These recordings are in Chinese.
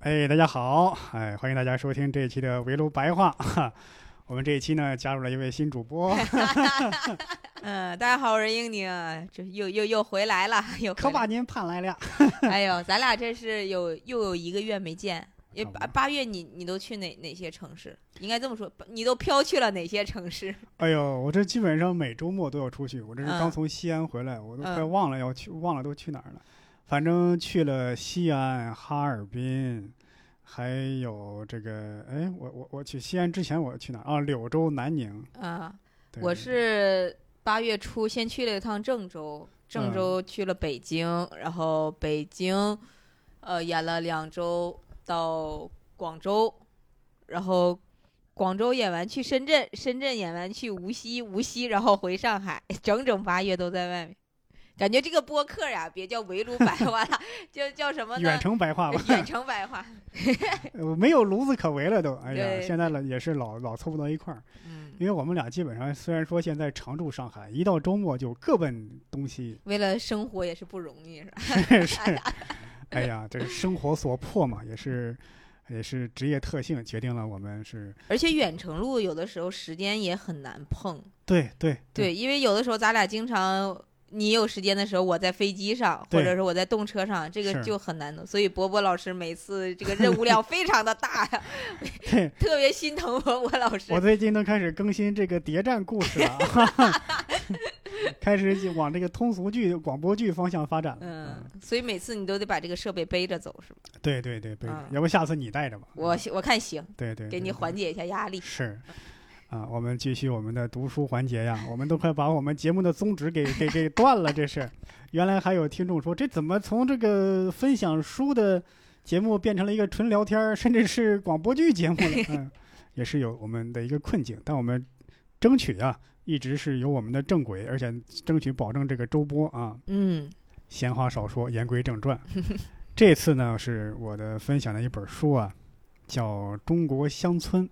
哎，大家好，哎，欢迎大家收听这一期的围炉白话。 哈我们这一期呢，加入了一位新主播， 嗯，大家好，我是英宁，这又又又回来了， 又可回来把您盼来了。哎呦，咱俩这是有又有一个月没见。也差不八多八月你你都去哪哪些城市？应该这么说，你都飘去了哪些城市？哎呦，我这基本上每周末都要出去，我这是嗯刚从西安回来，我都快嗯忘了要去，忘了都去哪儿了。反正去了西安、哈尔滨，还有这个，哎，我我我去西安之前我去哪儿啊？柳州、南宁。啊，对我是八月初先去了一趟郑州，郑嗯州去了北京，然后北京，呃，演了两周，到广州，然后广州演完去深圳，深圳演完去无锡，无锡然后回上海，整整八月都在外面。感觉这个播客呀，别叫围炉白话了， 就叫什么远呢？程白话 吧，远程白 话。呃没有炉子可围了都。哎呀，对现在了也是老老凑不到一块儿，嗯，因为我们俩基本上虽然说现在常驻上海，一到周末就各奔东西。为了生活也是不容易，是吧？ 是， 哎呀，这是生活所迫嘛，也是，也是职业特性决定了我们是而且远程路有的时候时间也很难碰。对对，对，因为有的时候咱俩经常，你有时间的时候，我在飞机上，或对者是我在动车上，这个是就很难弄。所以博博老师每次这个任务量非常的大呀， 对， 特别心疼博博老师我。最近都开始更新这个谍战故事 了，开始就往这个通俗剧、广播剧方向发展了。嗯，所以每次你都得把这个设备背着走，是吧？对对对，背着嗯要不下次你带着吧。我我看行，对嗯对，给你缓解解一下压力。是。啊，我们继续我们的读书环节呀！我们都快把我们节目的宗旨给给给断了，这是。原来还有听众说，这怎么从这个分享书的节目变成了一个纯聊天儿，甚至是广播剧节目了？嗯，也是有我们的一个困境，但我们争取啊，一直是有我们的正轨，而且争取保证这个周播啊。嗯闲话少说，言归正传。这次呢，是我的分享的一本书啊，叫《中国乡村：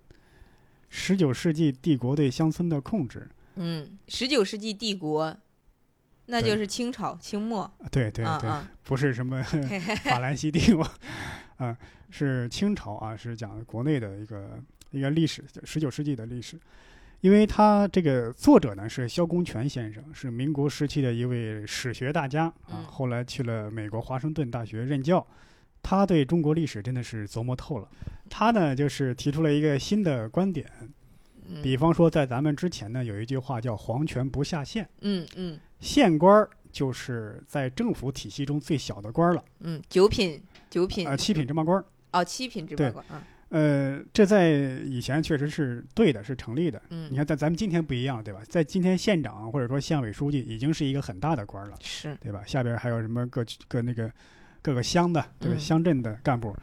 十九世纪帝国对乡村的控制》。嗯，十九世纪帝国，那对就是清朝清末。啊对对嗯对，嗯不是什 么法兰西帝国，啊、是清朝啊，是讲国内的一个一个历史，十九世纪的历史。因为他这个作者呢是萧公权先生，是民国时期的一位史学大家啊嗯，后来去了美国华盛顿大学任教。他对中国历史真的是琢磨透了。他呢就是提出了一个新的观点，比嗯方说在咱们之前呢有一句话叫“皇权不下县嗯嗯”，县官儿就是在政府体系中最小的官儿了。嗯，九品九品呃，七品芝麻官儿，哦，七品芝麻对官。嗯呃，这在以前确实是对的，是成立的。嗯，你看，在咱们今天不一样，对吧？在今天，县长或者说县委书记已经是一个很大的官儿了，是对吧？下边还有什么各区各那个各个乡的、这个嗯乡镇的干部，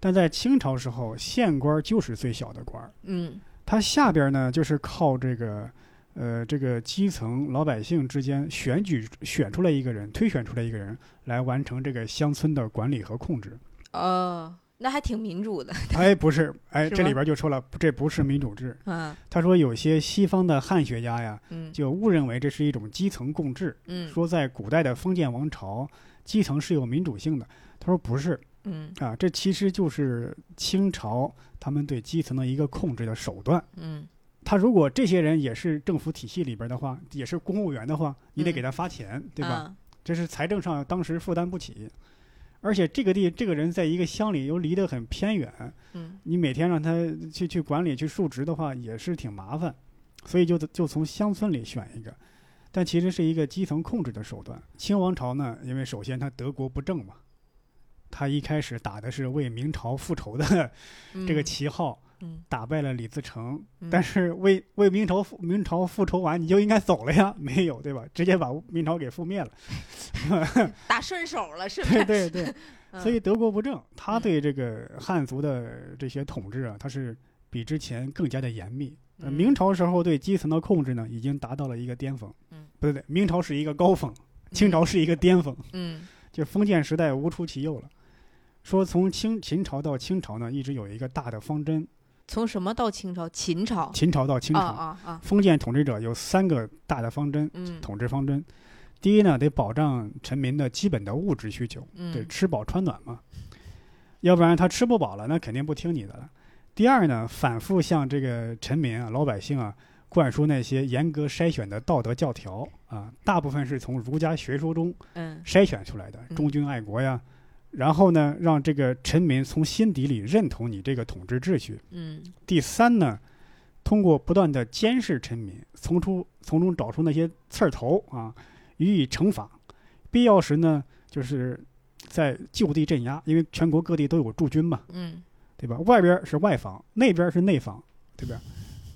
但在清朝时候，县官儿就是最小的官儿，嗯他下边呢就是靠这个。呃，这个基层老百姓之间选举选出来一个人，推选出来一个人来完成这个乡村的管理和控制。哦，那还挺民主的。哎，不是，哎，是这吗里边就说了，这不是民主制。嗯他说有些西方的汉学家呀，嗯就误认为这是一种基层共治，嗯说在古代的封建王朝，基层是有民主性的。他说不是嗯啊，这其实就是清朝他们对基层的一个控制的手段。嗯他如果这些人也是政府体系里边的话，也是公务员的话，你得嗯给他发钱，对吧？嗯这是财政上当时负担不起，而且这个地这个人在一个乡里又离得很偏远，嗯你每天让他去去管理、去述职的话，也是挺麻烦，所以就就从乡村里选一个，但其实是一个基层控制的手段。清王朝呢，因为首先他德国不正嘛，他一开始打的是为明朝复仇的嗯这个旗号，嗯打败了李自成，嗯但是为为明朝复明朝复仇完，你就应该走了呀，没有对吧？直接把明朝给覆灭了， 打顺手了是吧？对对对，嗯所以德国不正，他嗯对这个汉族的这些统治啊，他是比之前更加的严密。呃嗯明朝时候对基层的控制呢，已经达到了一个巅峰。嗯，不对不对，明朝是一个高峰，清朝是一个巅峰，嗯就封建时代无出其右了。说从清秦朝到清朝呢，一直有一个大的方针，从什么到清朝？秦朝，秦朝到清啊朝，啊啊，封建统治者有三个大的方针，嗯统治方针。第一呢，得保障臣民的基本的物质需求，嗯，对，吃饱穿暖嘛，要不然他吃不饱了，那肯定不听你的了。第二呢，反复向这个臣民啊、老百姓啊灌输那些严格筛选的道德教条啊，大部分是从儒家学说中嗯筛选出来的，嗯忠君爱国呀。然后呢，让这个臣民从心底里认同你这个统治秩序。嗯第三呢，通过不断的监视臣民，从出从中找出那些刺儿头啊，予以惩罚。必要时呢，就是在就地镇压，因为全国各地都有驻军嘛，嗯对吧？外边是外防，内边是内防，对吧？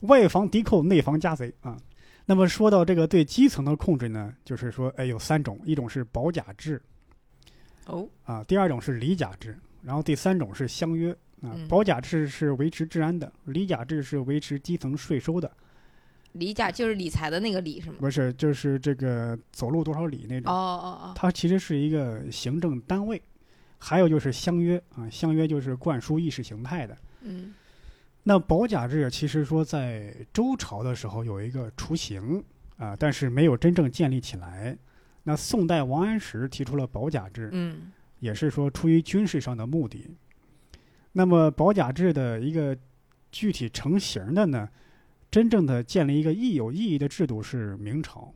外防敌寇，内防家贼啊。那么说到这个对基层的控制呢，就是说，哎，有三种，一种是保甲制哦啊，第二种是礼甲制，然后第三种是相约。啊嗯，保甲制是维持治安的，礼甲制是维持基层税收的。理甲就是理财的那个理是吗？不是，就是这个走路多少里那哦种，哦哦，它其实是一个行政单位。还有就是相约啊，相约就是灌输意识形态的。嗯那保甲制其实说在周朝的时候有一个雏形啊，但是没有真正建立起来。那宋代王安石提出了保甲制，嗯也是说出于军事上的目的。那么保甲制的一个具体成型的呢，真正的建立一个意有意义的制度是明朝，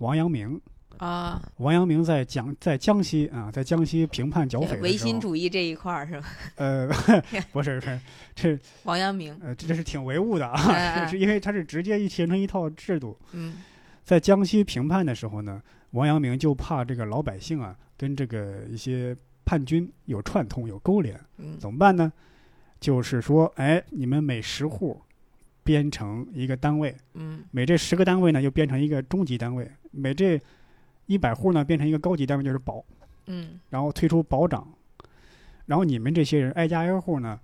王阳明。啊，王阳明在讲在江西啊，在江西评判剿匪的唯时候心主义这一块儿是吧？呃， 不是，不是，这王阳明，呃，这这是挺唯物的哎啊，哎 是因为它是直接形成一套制度。嗯在江西评判的时候呢，王阳明就怕这个老百姓啊跟这个一些叛军有串通有勾连，嗯怎么办呢？就是说，哎，你们每十户编成一个单位，嗯每这十个单位呢又编成一个中级单位，每这一百户呢变成一个高级单位，就是保。嗯然后推出保长，然后你们这些人挨家挨户呢，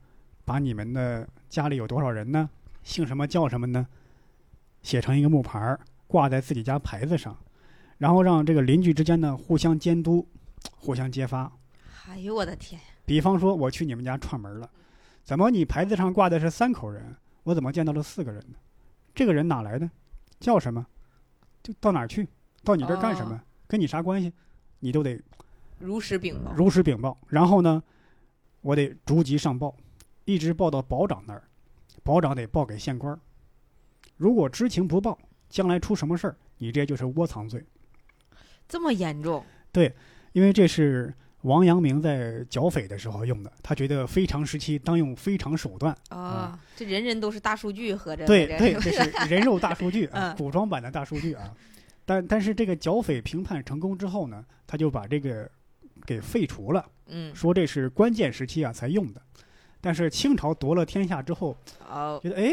把你们的家里有多少人呢，姓什么叫什么呢，写成一个木牌儿挂在自己家牌子上，然后让这个邻居之间呢互相监督，互相揭发。哎呦我的天，比方说我去你们家串门了，怎么你牌子上挂的是三口人，我怎么见到了四个人呢？这个人哪来的？叫什么？就到哪儿去？到你这儿干什么？哦跟你啥关系？你都得如实禀报，如实禀报。然后呢，我得逐级上报，一直报到保长那儿，保长得报给县官儿。如果知情不报，将来出什么事儿，你这就是窝藏罪，这么严重，因为这是王阳明在剿匪的时候用的，他觉得非常时期当用非常手段。啊，这人人都是大数据，合着对这对，这是人肉大数据啊嗯，古装版的大数据啊。但但是这个剿匪评判成功之后呢，他就把这个给废除了。嗯说这是关键时期啊才用的。但是清朝夺了天下之后，哦，觉得哎，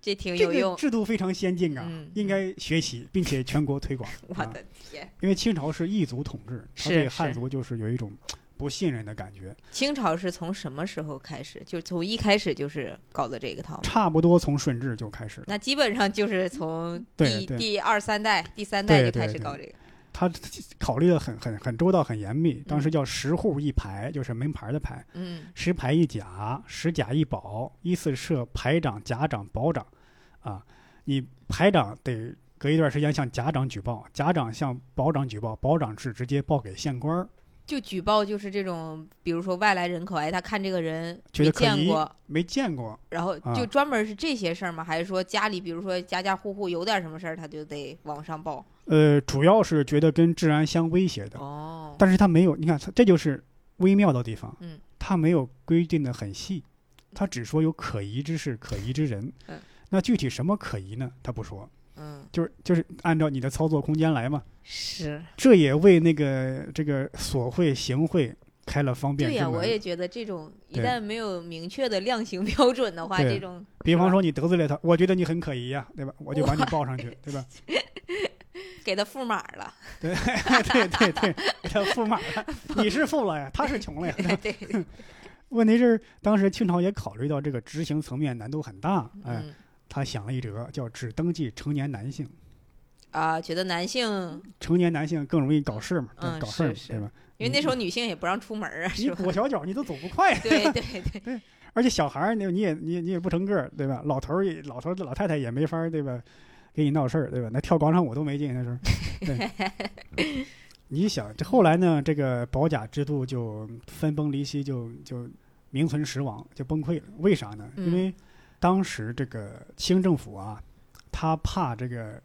这挺这有个用，制度非常先进啊，嗯。应该学习，并且全国推广 我啊的天，因为清朝是异族统治，他是对汉是族就是有一种不信任的感觉。清朝是从什么时候开始？就从一开始就是搞的这个套路。差不多从顺治就开始了，那基本上就是从对第对第二三代、第三代对就开对始对搞这个。他考虑的很很很周到，很严密。当时叫十户一牌，就是门牌的牌，嗯十牌一甲，十甲一保，依次设排长、甲长、保长。啊，你排长得隔一段时间向甲长举报，甲长向保长举报，保长是直接报给县官儿，，就举报就是这种，比如说外来人口，哎，他看这个人觉没得可见疑过，没见过。然后啊就专门是这些事儿吗？还是说家里，比如说家家户户有点什么事儿，他就得往上报？呃，主要是觉得跟治安相威胁的，哦，但是他没有，你看，他这就是微妙的地方，嗯，他没有规定的很细，他只说有可疑之事、可疑之人，嗯，那具体什么可疑呢？他不说，嗯，就是就是按照你的操作空间来嘛，是，这也为那个这个索贿行贿开了方便对之呀、门。我也觉得这种一对旦没有明确的量刑 标准的话，对这种比是方吧说你得罪了他，我觉得你很可疑呀、对吧？我就把你报上 去，对吧？给他赋码了，对对对对，给他付码了，你是富了呀，他是穷了呀。对，问题是当时清朝也考虑到这个执行层面难度很大，哎，嗯他想了一辙，叫只登记成年男性，啊，觉得男性，成年男性更容易搞事嘛，嗯搞事儿嘛，是是对吧？因为那嗯时候女性也不让出 门儿啊，你是吧？裹小脚你都走不快，对 对对，而且小孩儿你你也你也你也不成个儿，对吧？老头儿也老头儿老太太也没法儿，对吧？给你闹事儿，对吧？那跳广场舞都没劲那时候。对，你想这后来呢，这个保甲制度就分崩离析，就就名存实亡，就崩溃了。为啥呢？嗯因为当时这个清政府啊，他怕这个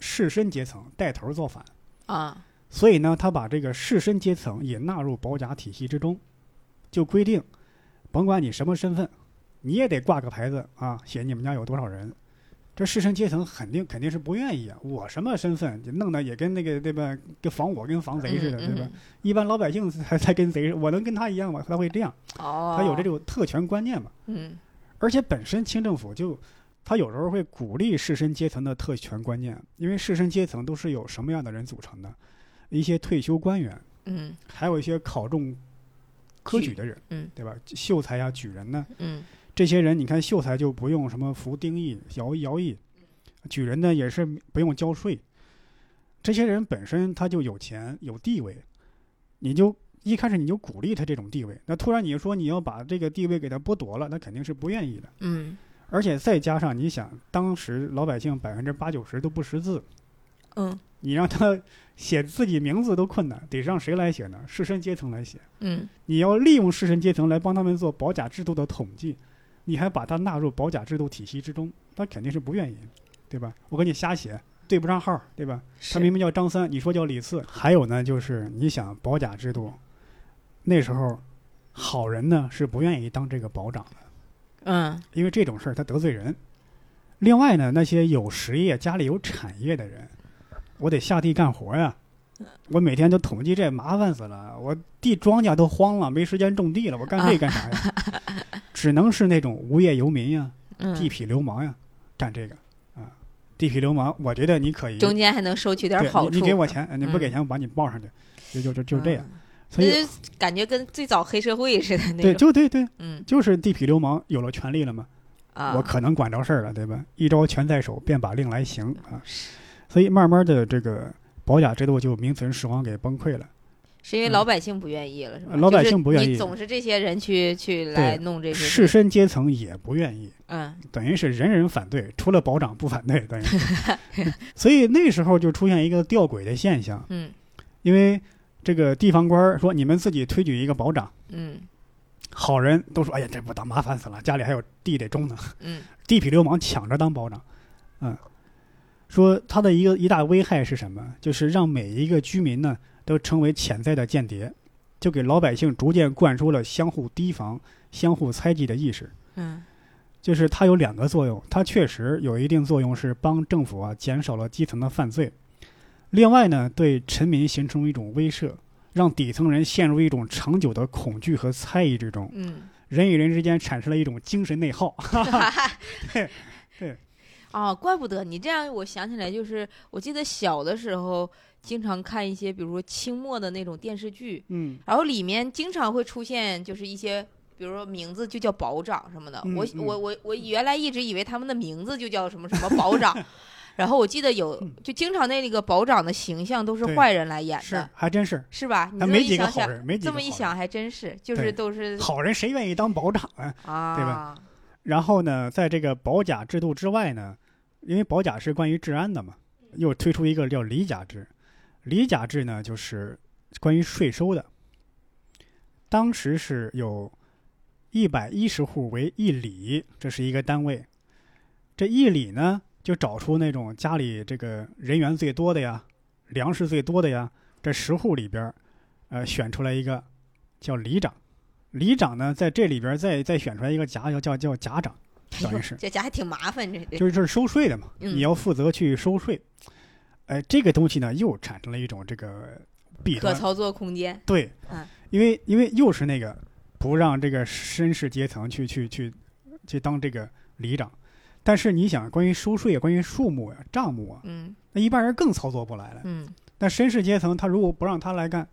士绅阶层带头造反，啊，所以呢，他把这个士绅阶层也纳入保甲体系之中，就规定，甭管你什么身份，你也得挂个牌子啊，写你们家有多少人。这士绅阶层肯定肯定是不愿意啊，我什么身份，弄得也跟那个对吧，跟防我跟防贼似的，嗯对吧？？嗯一般老百姓才才跟贼似的，我能跟他一样吗？他会这样，哦，他有这，种特权观念嘛。嗯而且本身清政府就，他有时候会鼓励士绅阶层的特权观念，因为士绅阶层都是由什么样的人组成的？一些退休官员，嗯还有一些考中科举的人，嗯对吧？秀才呀、举人呢，嗯这些人，你看秀才就不用什么服丁役、徭徭役，举人呢也是不用交税。这些人本身他就有钱有地位，你就一开始你就鼓励他这种地位，那突然你说你要把这个地位给他剥夺了，那肯定是不愿意的。嗯，而且再加上你想，当时老百姓百分之八九十都不识字，嗯你让他 写自己名字都困难，得让谁来写呢？士绅阶层来写。嗯你要利用士绅阶层来帮他们做保甲制度的统计，你还把它纳入保甲制度体系之中，他肯定是不愿意，对吧？我给你瞎写，对不上号，对吧？他是明明叫张三，你说叫李四。还有呢，就是你想保甲制度，那时候好人呢是不愿意当这个保长的。嗯因为这种事儿他得罪人。另外呢，那些有实业、家里有产业的人，我得下地干活呀。我每天都统计这，麻烦死了。我地庄稼都荒了，没时间种地了，我干这干啥呀？ 只能是那种无业游民呀、啊嗯，地痞流氓呀，干这个啊。地痞流氓，我觉得你可以，中间还能收取点对好处，你你给我钱，你不给嗯钱，我把你报上去，就就就就是这样。嗯，所以，那就感觉跟最早黑社会似的那对，种，就对对，嗯就是地痞流氓有了权利了嘛。啊，我可能管着事儿了，对吧？一招拳在手，便把令来行啊。所以慢慢的，这个保甲制度就名存实亡，给崩溃了。是因为嗯老百姓不愿意了，是吧？老百就是姓不愿你意总是这些人去去来弄这些士事，绅阶层也不愿意，嗯等于是人人反对，除了保长不反对，等于是。所以那时候就出现一个吊诡的现象，嗯因为这个地方官儿说你们自己推举一个保长，嗯好人都说哎呀这不当麻烦死了，家里还有地得种呢。嗯地痞流氓抢着当保长，嗯，说他的一个一大危害是什么？就是让每一个居民呢都成为潜在的间谍，就给老百姓逐渐灌输了相互提防、相互猜忌的意识。嗯就是它有两个作用，它确实有一定作用，是帮政府啊减少了基层的犯罪。另外呢，对臣民形成一种威慑，让底层人陷入一种长久的恐惧和猜疑之中，嗯，人与人之间产生了一种精神内耗。 哦，怪不得你这样，我想起来，就是我记得小的时候经常看一些，比如说清末的那种电视剧，嗯，然后里面经常会出现就是一些。比如说名字就叫保长什么的，嗯我嗯我我我原来一直以为他们的名字就叫什么什么保长，然后我记得有就经常那个保长的形象都是嗯对坏人来演是的，，还真是，是吧？还你这么没一几个想好想人，没几个这么一好人想，还真是，就是对都是好人谁愿意当保长啊？啊，对吧？然后呢，在这个保甲制度之外呢，因为保甲是关于治安的嘛，又推出一个叫里甲制。里甲制呢，就是关于税收的。当时是有一百一十户为一里，这是一个单位。这一里呢，就找出那种家里这个人员最多的呀，粮食最多的呀，这十户里边儿，呃，选出来一个叫里长。里长呢，在这里边儿再再选出来一个甲，叫叫叫甲长，等于是哎这家还挺麻烦，这就是就是收税的嘛，嗯你要负责去收税。哎，这个东西呢，又产生了一种这个弊可端，操作空间。对，嗯因为因为又是那个不让这个绅士阶层去去去去当这个里长，但是你想，关于收税啊，关于数目啊、账目啊，嗯那一般人更操作不来了。嗯那绅士阶层他如果不让他来干，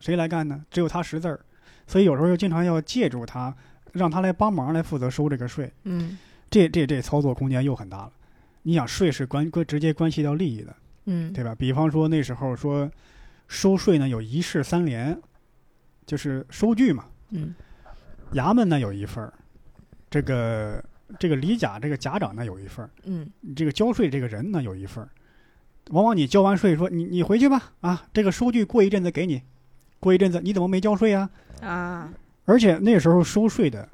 谁来干呢？只有他识字儿。所以有时候就经常要借助他，让他来帮忙来负责收这个税，嗯这这这操作空间又很大了。你想税是关关直接关系到利益的，嗯对吧？比方说那时候说收税呢有一式三联，就是收据嘛，嗯衙门呢有一份儿，这个这个里甲这个甲长呢有一份儿，嗯你这个交税这个人呢有一份儿，往往你交完税说你你回去吧啊，这个收据过一阵子给你，过一阵子你怎么没交税啊？啊，而且那时候收税的，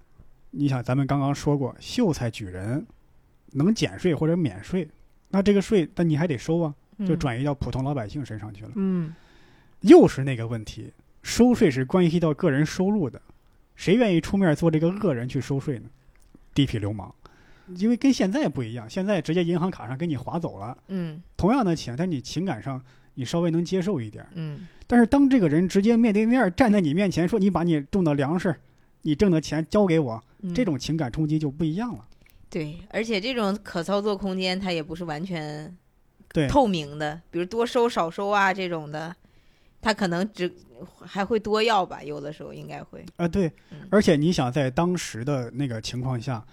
你想咱们刚刚说过，秀才举人能减税或者免税，那这个税但你还得收啊，就嗯转移到普通老百姓身上去了。嗯又是那个问题，收税是关系到个人收入的，谁愿意出面做这个恶人去收税呢？地痞流氓，因为跟现在不一样，现在直接银行卡上给你划走了，嗯同样的钱，但你情感上你稍微能接受一点儿。嗯但是当这个人直接面对面站在你面前说你把你种的粮食、你挣的钱交给我，嗯，这种情感冲击就不一样了。对，而且这种可操作空间它也不是完全对透明的，比如多收少收啊这种的，它可能只还会多要吧，有的时候应该会，啊，对嗯，而且你想在当时的那个情况下，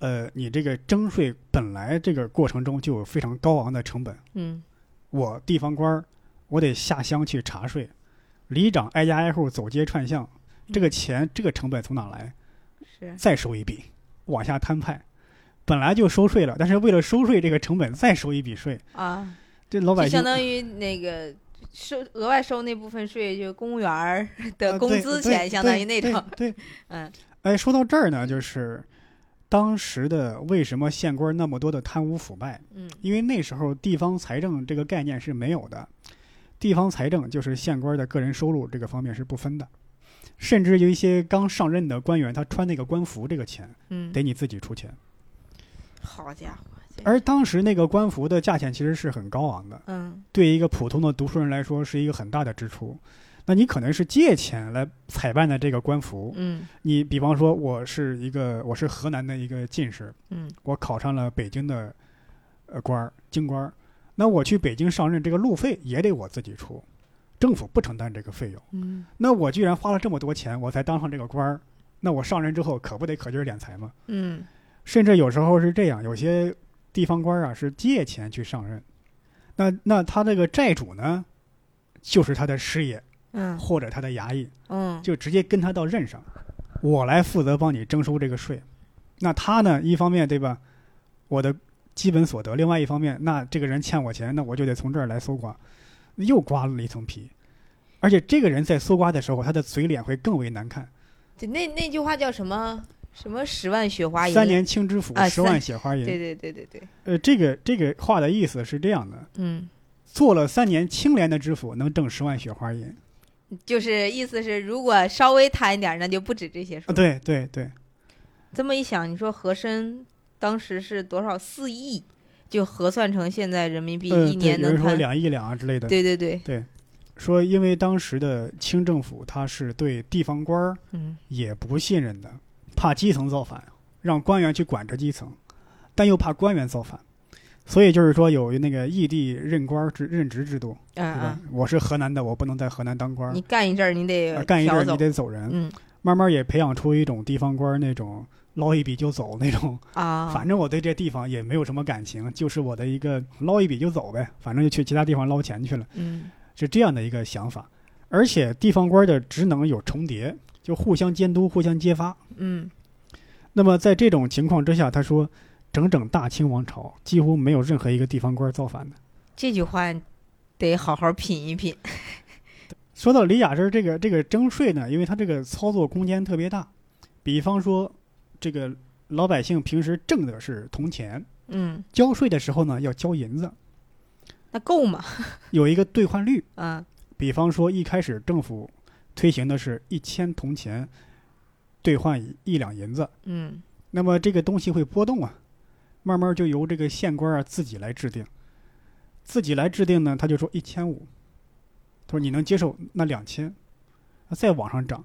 呃，你这个征税本来这个过程中就有非常高昂的成本。嗯我地方官儿，我得下乡去查税，里长挨家挨户走街串巷，这个钱这个成本从哪来？是，再收一笔，往下摊派。本来就收税了，但是为了收税这个成本再收一笔税，啊，这老就百姓啊相当于那个。收额外收那部分税，就公务员儿呃的工对资对钱，相当对于那对种，对，嗯哎，说到这儿呢，就是当时的为什么县官那么多的贪污腐败？嗯因为那时候地方财政这个概念是没有的，地方财政就是县官的个人收入这个方面是不分的，甚至有一些刚上任的官员，他穿那个官服，这个钱嗯，得你自己出钱。好家伙，这而当时那个官服的价钱其实是很高昂的，嗯对一个普通的读书人来说是一个很大的支出。那你可能是借钱来采办的这个官服，嗯你比方说我是一个我是河南的一个进士，嗯我考上了北京的呃官儿，京官儿，那我去北京上任，这个路费也得我自己出，政府不承担这个费用。嗯那我居然花了这么多钱，我才当上这个官儿，那我上任之后可不得可劲儿敛财吗？嗯甚至有时候是这样，有些地方官儿啊是借钱去上任，那那他这个债主呢，就是他的师爷嗯或者他的衙役，嗯，就直接跟他到任上，我来负责帮你征收这个税。那他呢，一方面对吧，我的基本所得；另外一方面，那这个人欠我钱，那我就得从这儿来搜刮，又刮了一层皮。而且这个人在搜刮的时候，他的嘴脸会更为难看。对那那句话叫什么？什么十万雪花银？三年清知府，啊十万三雪花银。对对对对对，呃，这个这个话的意思是这样的：嗯，做了三年清廉的知府，能挣十万雪花银。就是意思是，如果稍微贪一点儿，那就不止这些数啊，。对对对，这么一想，你说和珅当时是多少四亿？就核算成现在人民币呃，一对，年有能人说贪？两亿两啊之类的。对对对，说因为当时的清政府他是对地方官儿嗯也不信任的，怕基层造反，让官员去管着基层，但又怕官员造反，所以就是说有那个异地任官儿制任职制度，啊对吧啊，？我是河南的，我不能在河南当官儿你，干一阵儿，你啊得干一阵调儿走你。得走人，嗯慢慢也培养出一种地方官儿那种捞一笔就走那种，啊，反正我对这地方也没有什么感情，就是我的一个捞一笔就走呗，反正就去其他地方捞钱去了。嗯是这样的一个想法。而且地方官的职能有重叠，就互相监督、互相揭发。嗯那么在这种情况之下，他说，整整大清王朝几乎没有任何一个地方官造反的。这句话得好好品一品。说到李雅芝这个这个征税呢，因为它这个操作空间特别大，比方说，这个老百姓平时挣的是铜钱，嗯，交税的时候呢要交银子，那够吗？有一个兑换率。啊，比方说一开始政府推行的是一千铜钱兑换一一两银子，嗯那么这个东西会波动啊，慢慢就由这个县官啊自己来制定，自己来制定呢，他就说一千五，他说你能接受那两千，那再往上涨，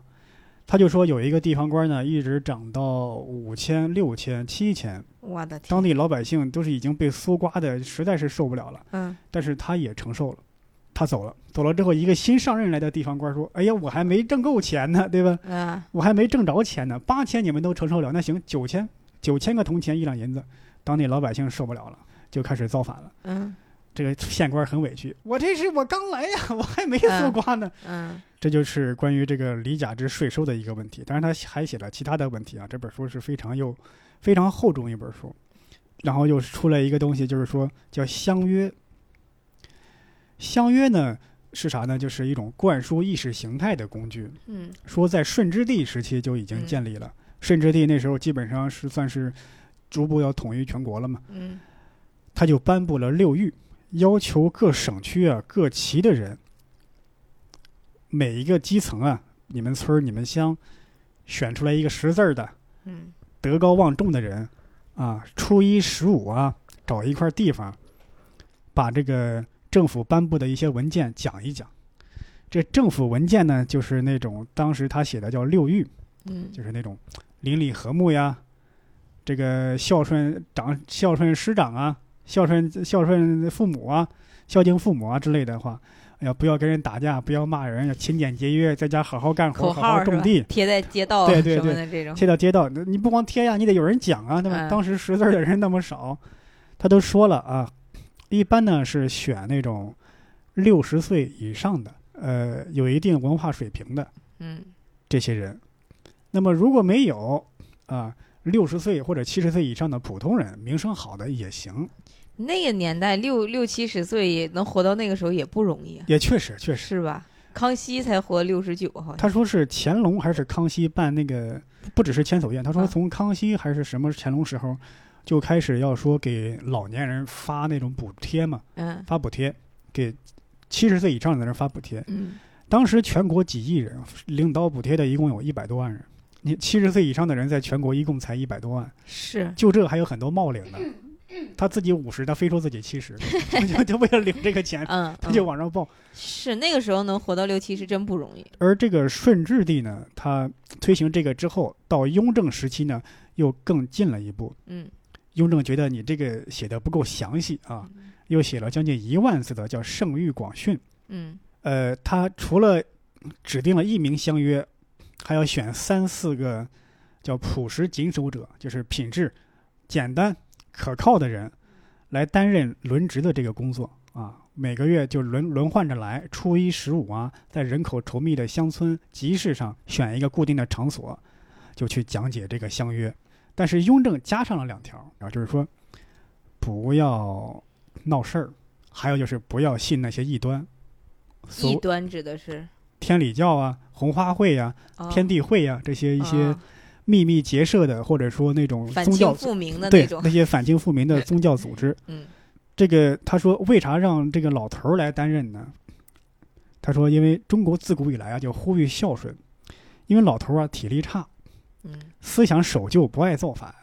他就说有一个地方官呢一直涨到五千、六千、七千，我的天，当地老百姓都是已经被搜刮的，实在是受不了了，嗯但是他也承受了，他走了，走了之后，一个新上任来的地方官说：“哎呀，我还没挣够钱呢，对吧？嗯，我还没挣着钱呢，八千你们都承受了，那行，九千，九千个铜钱一两银子。”当地老百姓受不了了，就开始造反了。嗯这个县官很委屈，我这是我刚来呀， 我还没搜刮呢。嗯这就是关于这个李甲之税收的一个问题。当然，他还写了其他的问题啊。这本书是非常又非常厚重一本书，然后又出来一个东西，就是说叫相约。相约呢是啥呢？就是一种灌输意识形态的工具。嗯说在顺治帝时期就已经嗯建立了，顺治帝那时候基本上是算是逐步要统一全国了嘛。嗯他就颁布了六狱，要求各省区啊、各旗的人，每一个基层啊，你们村儿、你们乡，选出来一个识字儿的、嗯德高望重的人，啊，初一十五啊，找一块地方，把这个政府颁布的一些文件讲一讲。这政府文件呢，就是那种当时他写的叫六狱，嗯就是那种邻里和睦呀，这个孝顺长孝顺师长啊，孝顺孝顺父母啊，孝敬父母啊之类的话，哎呀，不要跟人打架，不要骂人，要勤俭节约，在家好好干活，口好号好是吧种地？，贴在街道对对什么的这种，贴到街道。那你不光贴呀，你得有人讲啊，对吧？嗯当时识字儿的人那么少，他都说了啊，一般呢是选那种六十岁以上的，呃，有一定文化水平的，嗯这些人。那么如果没有啊，六十岁或者七十岁以上的普通人，名声好的也行，那个年代六六七十岁也能活到那个时候也不容易啊，也确实确实。是吧？康熙才活六十九，好像他说是乾隆还是康熙办那个，不只是千叟宴，他说啊从康熙还是什么乾隆时候，就开始要说给老年人发那种补贴嘛，嗯发补贴给。七十岁以上的人发补贴，嗯当时全国几亿人领到补贴的，一共有一百多万人。你七十岁以上的人在全国一共才一百多万，是，就这还有很多冒领的，他自己五十，他非说自己七十， 就就为了领这个钱， 嗯他就嗯往上报。是那个时候能活到六七十真不容易，而这个顺治帝呢，他推行这个之后，到雍正时期呢，又更进了一步。嗯雍正觉得你这个写的不够详细啊，又写了将近一万字的叫《圣谕广训》。嗯呃，他除了指定了一名相约，还要选三四个叫朴实谨守者，就是品质简单可靠的人，来担任轮值的这个工作啊。每个月就轮轮换着来，初一十五啊，在人口稠密的乡村集市上选一个固定的场所，就去讲解这个相约。但是雍正加上了两条，啊，就是说不要闹事儿，还有就是不要信那些异端。所异端指的是天理教啊、红花会呀、啊天地会呀、这些一些啊秘密结社的，或者说那种反宗教清复明的那对种，那些反清复明的宗教组 织。嗯这个他说为啥让这个老头儿来担任呢？他说因为中国自古以来啊就呼吁孝顺，因为老头儿啊体力差，嗯，思想守旧，不爱造反。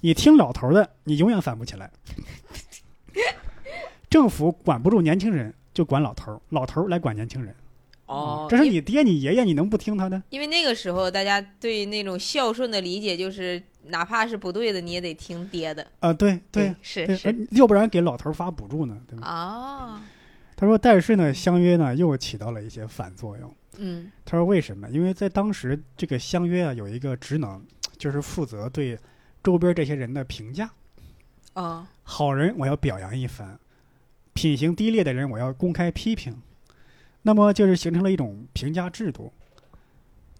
你听老头儿的，你永远反不起 来。政府管不住年轻人，就管老头儿，老头儿来管年轻人。哦，这是因你爹你爷爷，你能不听他的？因为那个时候大家对那种孝顺的理解就是，哪怕是不对的，你也得听爹的。嗯啊，对对，是对，嗯而是要不然给老头儿发补助呢，对吧？啊，他说，但是呢，相约呢又起到了一些反作用。嗯他说为什么？因为在当时这个相约啊有一个职能，就是负责对周边这些人的评价。哦，好人我要表扬一番，品行低劣的人我要公开批评。那么就是形成了一种评价制度。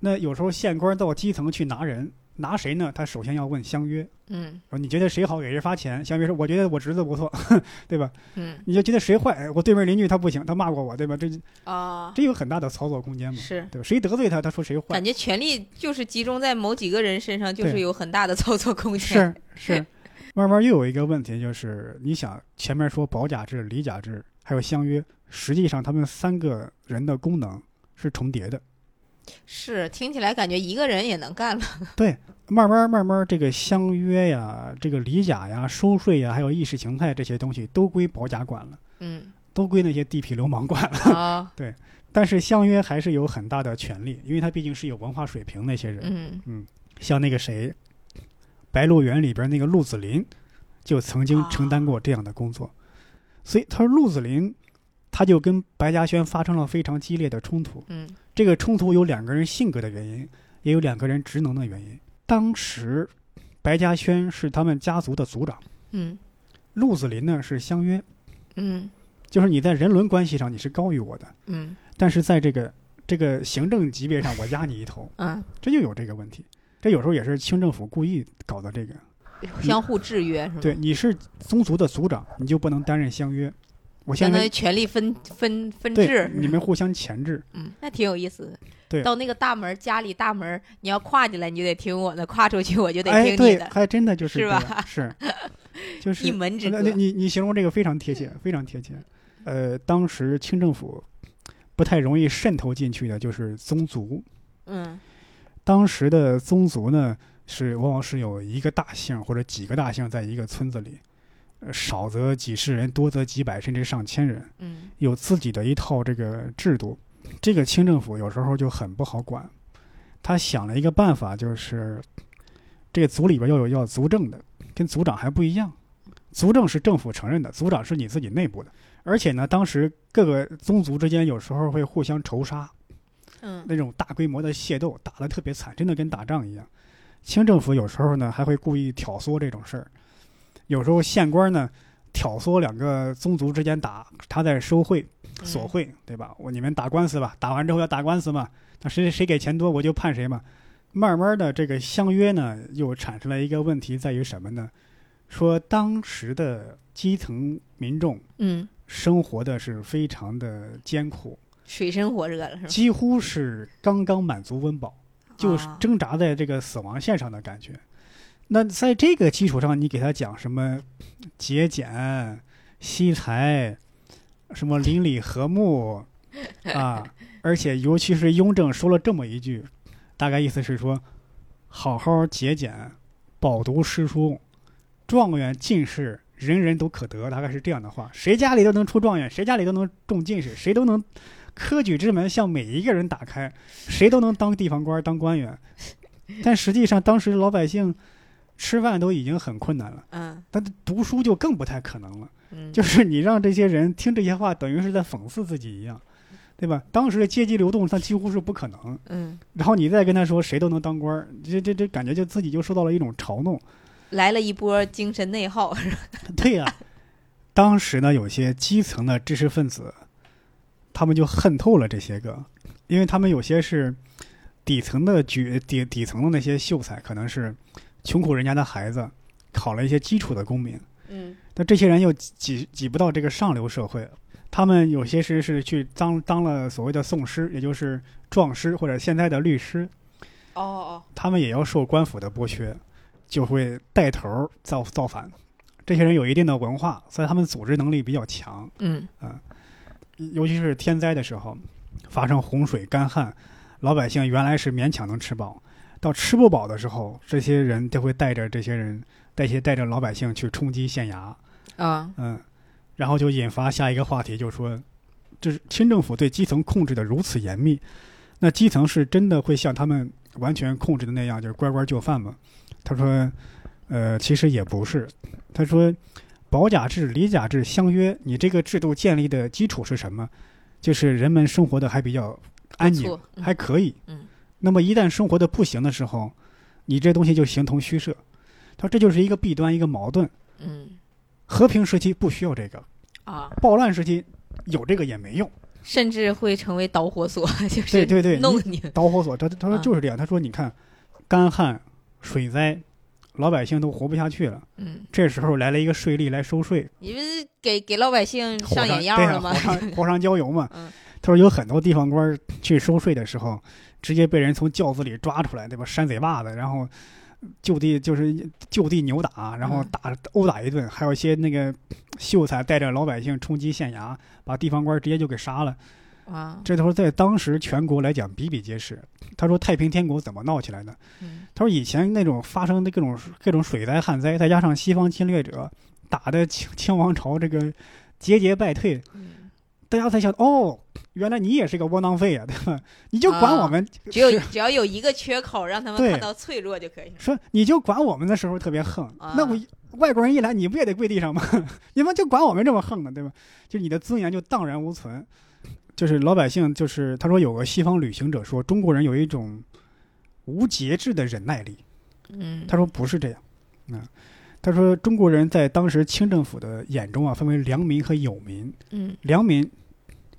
那有时候县官到基层去拿人，拿谁呢？他首先要问相约，嗯说你觉得谁好，给谁发钱。相约说，我觉得我侄子不错，对吧？嗯你就觉得谁坏，哎我对面邻居他不行，他骂过我，对吧？这啊，这有很大的操作空间嘛，是。对吧？谁得罪他，他说谁坏感，觉权力就是集中在某几个人身上，就是对有很大的操作空间。是是。慢慢又有一个问题，就是你想前面说保甲制、理甲制，还有相约，实际上他们三个人的功能是重叠的。是听起来感觉一个人也能干了。慢慢慢慢，这个相约呀、这个理甲呀、收税呀，还有意识形态这些东西都归保甲管了， 嗯都归那些地痞流氓管了。 啊，但是相约还是有很大的权利，因为他毕竟是有文化水平那些人。嗯，像那个谁，《白鹿原》里边那个陆子霖，就曾经承担过这样的工作。所以他说，陆子霖他就跟白嘉轩发生了非常激烈的冲突。嗯这个冲突有两个人性格的原因，也有两个人职能的原因。当时，白嘉轩是他们家族的族长，嗯陆子霖呢是相约，嗯就是你在人伦关系上你是高于我的，嗯但是在这个这个行政级别上我压你一头，嗯，这就有这个问题。这有时候也是清政府故意搞的这个。相互制约是吧？对，，你是宗族的族长，你就不能担任相约。我相现当于在权力分分分对置，你们互相钳制，嗯，那挺有意思的。对到那个大门，家里大门，你要跨进来，你就得听我的；跨出去，我就得哎，听你对，的。还真的就是是这吧样 是，就是呃一门之那隔那。你你形容这个非常贴切，非常贴切。呃，当时清政府不太容易渗透进去的就是宗族。嗯当时的宗族呢，是往往是有一个大姓或者几个大姓在一个村子里，呃少则几十人，多则几百甚至上千人，嗯有自己的一套这个制度。这个清政府有时候就很不好管，他想了一个办法，就是这个族里边要有要族政的，跟族长还不一样。族政是政府承认的，族长是你自己内部的。而且呢，当时各个宗族之间有时候会互相仇杀，嗯那种大规模的械斗，打得特别惨，真的跟打仗一样。清政府有时候呢还会故意挑唆这种事儿，有时候县官呢挑唆两个宗族之间打，他在收贿嗯索贿，对吧？我你们打官司吧，打完之后要打官司嘛，那谁谁给钱多我就判谁嘛。慢慢的，这个相约呢又产生了一个问题，在于什么呢？说当时的基层民众嗯，生活的是非常的艰苦，水深火热了是吧？几乎是刚刚满足温饱，就是啊挣扎在这个死亡线上的感觉。那在这个基础上，你给他讲什么节俭、惜财，什么邻里和睦啊？而且尤其是雍正说了这么一句，大概意思是说，好好节俭，饱读诗书，状元进士人人都可得，大概是这样的话。谁家里都能出状元，谁家里都能中进士，谁都能科举之门向每一个人打开，谁都能当地方官、当官员。但实际上，当时老百姓吃饭都已经很困难了，嗯但读书就更不太可能了。嗯，就是你让这些人听这些话，等于是在讽刺自己一样，对吧？当时的阶级流动，它几乎是不可能。嗯，然后你再跟他说谁都能当官儿，这这这感觉就自己就受到了一种嘲弄。来了一波精神内耗，是吧 对呀、当时呢，有些基层的知识分子，他们就恨透了这些个，因为他们有些是底层的举底底层的那些秀才，可能是穷苦人家的孩子，考了一些基础的功名。 嗯但这些人又挤挤挤不到这个上流社会，他们有些是是去当当了所谓的讼师，也就是状师或者现在的律师，哦哦，他们也要受官府的剥削，就会带头儿造造反。这些人有一定的文化，所以他们组织能力比较强，嗯尤其是天灾的时候，发生洪水、干旱，老百姓原来是勉强能吃饱，到吃不饱的时候，这些人就会带着这些人，带些带着老百姓去冲击县衙，啊嗯，然后就引发下一个话题，就说，就是清政府对基层控制的如此严密，那基层是真的会像他们完全控制的那样，就是乖乖就范吗？他说，呃，其实也不是。他说，保甲制、里甲制、相约，你这个制度建立的基础是什么？就是人们生活的还比较安宁，错，嗯还可以。嗯那么一旦生活的不行的时候，你这东西就形同虚设。他说这就是一个弊端，一个矛盾。嗯和平时期不需要这个，啊，暴乱时期有这个也没用。甚至会成为导火索， 就是对对对弄你，导火索，他他嗯说就是这样，他说你看，干旱、水灾，老百姓都活不下去了。嗯，这时候来了一个税吏来收税，你们给给老百姓火上眼对药呀了，吗火？上火上浇油嘛。嗯他说有很多地方官去收税的时候，直接被人从轿子里抓出来，对吧？扇嘴巴子，然后就地就是就地扭打，然后嗯打殴打一顿，还有一些那个秀才带着老百姓冲击县衙，把地方官直接就给杀了。啊，这头在当时全国来讲比比皆是。他说太平天国怎么闹起来的？嗯他说以前那种发生的各种各种水灾、旱灾，再加上西方侵略者打的清清王朝这个节节败退，嗯大家才想哦，原来你也是个窝囊废啊，对吧？你就管啊我们， 只有只要有一个缺口，让他们对看到脆弱就可以了。说你就管我们的时候特别横，啊那我外国人一来，你不也得跪地上吗？ 你们就管我们这么横呢，对吧？就你的尊严就荡然无存。就是老百姓，就是他说有个西方旅行者说中国人有一种无节制的忍耐力，嗯他说不是这样，嗯，他说中国人在当时清政府的眼中啊，分为良民和有民，嗯良民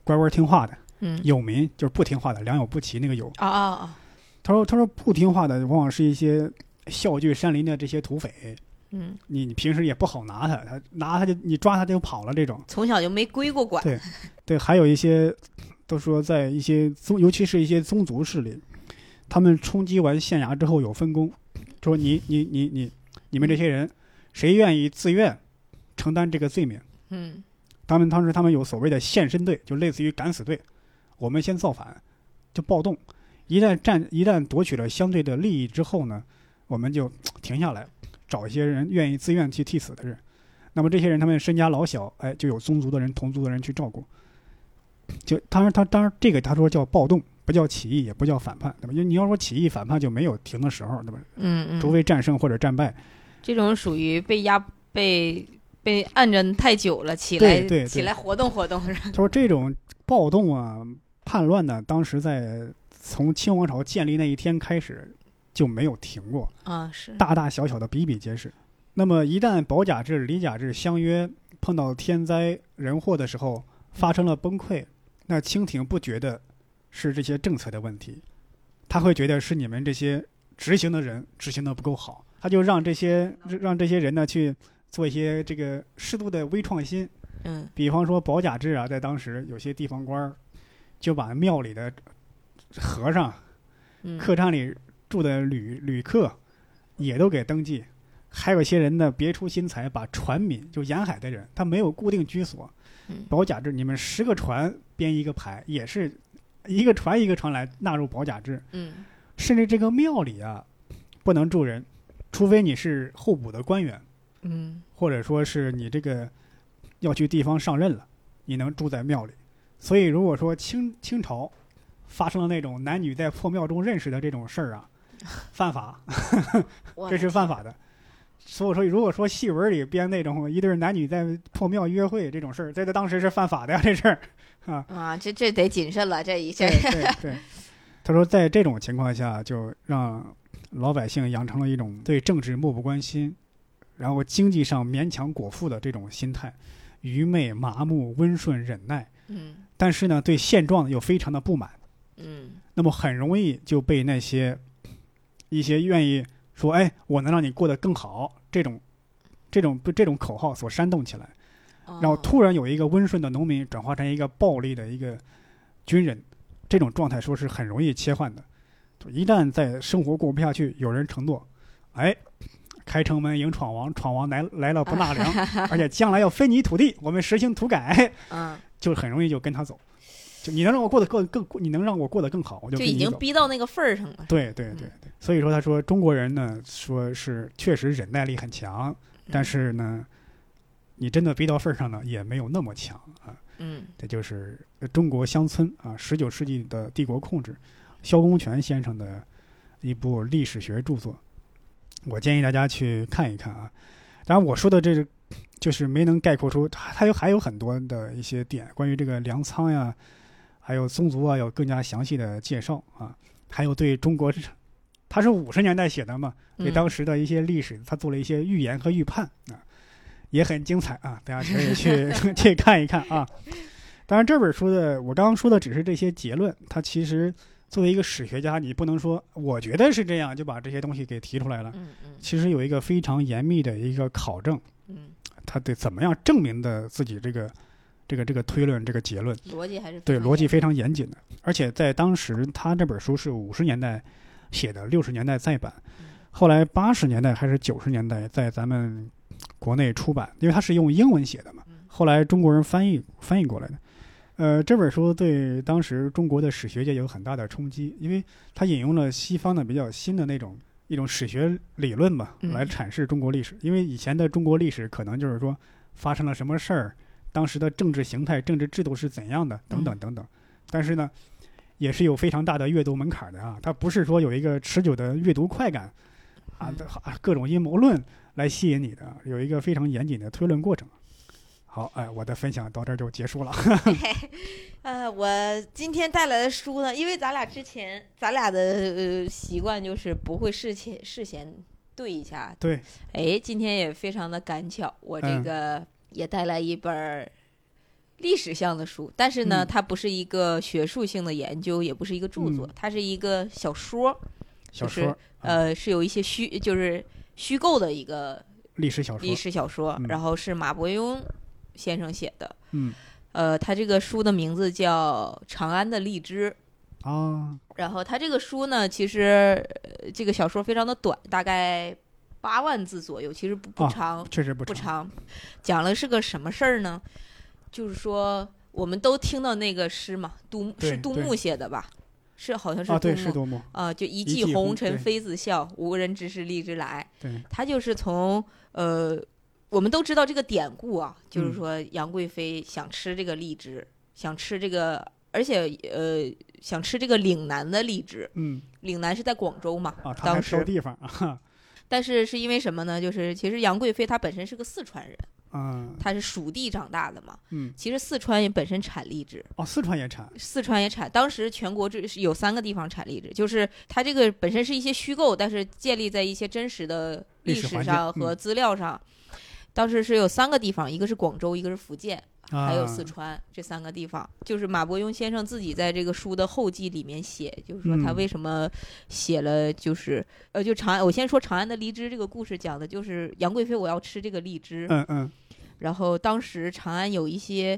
乖乖听话的，嗯，有民就是不听话的，良莠不齐那个有。啊啊啊，他说他说不听话的往往是一些笑聚山林的这些土匪，嗯，你你平时也不好拿他，他拿他就你抓他就跑了这种。从小就没归过管对。对，还有一些都说在一些宗，尤其是一些宗族势力，他们冲击完县衙之后有分工，说你你你你你们这些人，谁愿意自愿承担这个罪名？嗯他们当时他们有所谓的献身队，就类似于敢死队，我们先造反，就暴动，一旦占一旦夺取了相对的利益之后呢，我们就停下来，找一些人愿意自愿去替死的人，那么这些人他们身家老小，哎，就有宗族的人、同族的人去照顾，就当然他当然这个他说叫暴动，不叫起义，也不叫反叛，对吧？因为你要说起义反叛就没有停的时候，对吧？嗯除嗯，非战胜或者战败，这种属于被压被被按着太久了，起对来对起对来活动活动。他说这种暴动啊、叛乱呢，当时在从清王朝建立那一天开始就没有停过，啊，是大大小小的比比皆是。那么一旦保甲制、里甲制相约碰到天灾人祸的时候发生了崩溃，那清廷不觉得是这些政策的问题，他会觉得是你们这些执行的人执行的不够好，他就让这些让这些人呢去做一些这个适度的微创新。嗯比方说保甲制啊，在当时有些地方官儿就把庙里的和尚、嗯，客栈里住的旅旅客也都给登记，还有一些人呢别出心裁，把船民就沿海的人，他没有固定居所嗯，保甲制，你们十个船编一个牌，也是一个船一个船来纳入保甲制，嗯甚至这个庙里啊不能住人，除非你是候补的官员。嗯或者说是你这个要去地方上任了，你能住在庙里。所以如果说清清朝发生了那种男女在破庙中认识的这种事儿啊，犯法，我这是犯法的。所以说，如果说戏文里编那种一对儿男女在破庙约会这种事儿，在这当时是犯法的呀，这事儿。啊，这这得谨慎了，这一下对。对对，他说在这种情况下，就让老百姓养成了一种对政治漠不关心，然后经济上勉强果腹的这种心态，愚昧、麻木、温顺、忍耐，嗯但是呢，对现状又非常的不满，嗯那么很容易就被那些一些愿意说“哎，我能让你过得更好”这种。这种这种口号所煽动起来，哦然后突然有一个温顺的农民转化成一个暴力的一个军人，这种状态说是很容易切换的。就一旦在生活过不下去，有人承诺，哎，开城门迎闯王，闯王来来了不纳粮， 而且将来要分你土地，我们实行土改，嗯，就很容易就跟他走。就你能让我过得更更，你能让我过得更好，我就就跟已你经走。逼到那个份儿上了。对对对对，所以说他说中国人呢，说是确实忍耐力很强，但是呢，你真的逼到份儿上呢，也没有那么强啊。嗯这就是呃中国乡村啊，十九世纪的帝国控制，萧公权先生的一部历史学著作，我建议大家去看一看啊。当然，我说的这个就是没能概括出，还有还有很多的一些点，关于这个粮仓呀，还有宗族啊，有更加详细的介绍啊，还有对中国，他是五十年代写的嘛，对嗯当时的一些历史，他做了一些预言和预判啊，也很精彩啊，大家可以去 去看一看啊。当然，这本书的我刚刚说的只是这些结论，它其实作为一个史学家，你不能说我觉得是这样就把这些东西给提出来了，嗯嗯其实有一个非常严密的一个考证，嗯，他得怎么样证明的自己这个这个这个推论这个结论。逻辑还是对，非常逻辑非常严谨的。而且在当时，他这本书是五十年代写的，六十年代再版，嗯后来八十年代还是九十年代在咱们国内出版，因为它是用英文写的嘛嗯，后来中国人翻译翻译过来的。呃，这本书对当时中国的史学界有很大的冲击，因为它引用了西方的比较新的那种一种史学理论嘛，嗯来阐释中国历史。因为以前的中国历史可能就是说发生了什么事儿，当时的政治形态、政治制度是怎样嗯的，等等等等。但是呢，也是有非常大的阅读门槛的啊，它不是说有一个持久的阅读快感啊嗯，啊各种阴谋论来吸引你的，有一个非常严谨的推论过程。好，哎，我的分享到这儿就结束了。 呃，我今天带来的书呢，因为咱俩之前咱俩的呃习惯就是不会事前事先对一下。对。哎，今天也非常的赶巧，我这嗯个也带来一本儿历史向的书，但是呢，嗯它不是一个学术性的研究，也不是一个著作，它是一个小说，小就是说，啊呃，是有一些虚就是虚构的一个历史小历说，史小说，嗯然后是马伯庸先生写的。嗯呃，他这个书的名字叫《长安的荔枝》。啊，然后他这个书呢，其实、呃这个小说非常的短，大概八万字左右，其实不不啊长、确实不不长，长。讲了是个什么事儿呢？就是说我们都听到那个诗嘛，杜牧是对杜对牧写的吧？是好像是啊，杜对，是牧。多么，啊、就一一骑骑红红尘对妃子笑，无人知是荔枝来。对，他就是从呃，我们都知道这个典故啊，就是说杨贵妃想吃这个荔枝，想吃这个，而且呃，想吃这个岭南的荔枝。嗯岭南是在广州嘛，啊，他还当挑时，地方啊，但是是因为什么呢？就是其实杨贵妃她本身是个四川人，嗯她是蜀地长大的嘛。嗯，其实四川也本身产荔枝，哦，四川也产，四川也产，当时全国只是有三个地方产荔枝，就是它这个本身是一些虚构，但是建立在一些真实的历历史环史境嗯上和资料上。当时是有三个地方，一个是广州，一个是福建，啊、还有四川这三个地方。就是马伯庸先生自己在这个书的后记里面写，就是说他嗯为什么写了，就是呃，就长安，我先说长安的荔枝这个故事，讲的就是杨贵妃我要吃这个荔枝，嗯嗯然后当时长安有一些，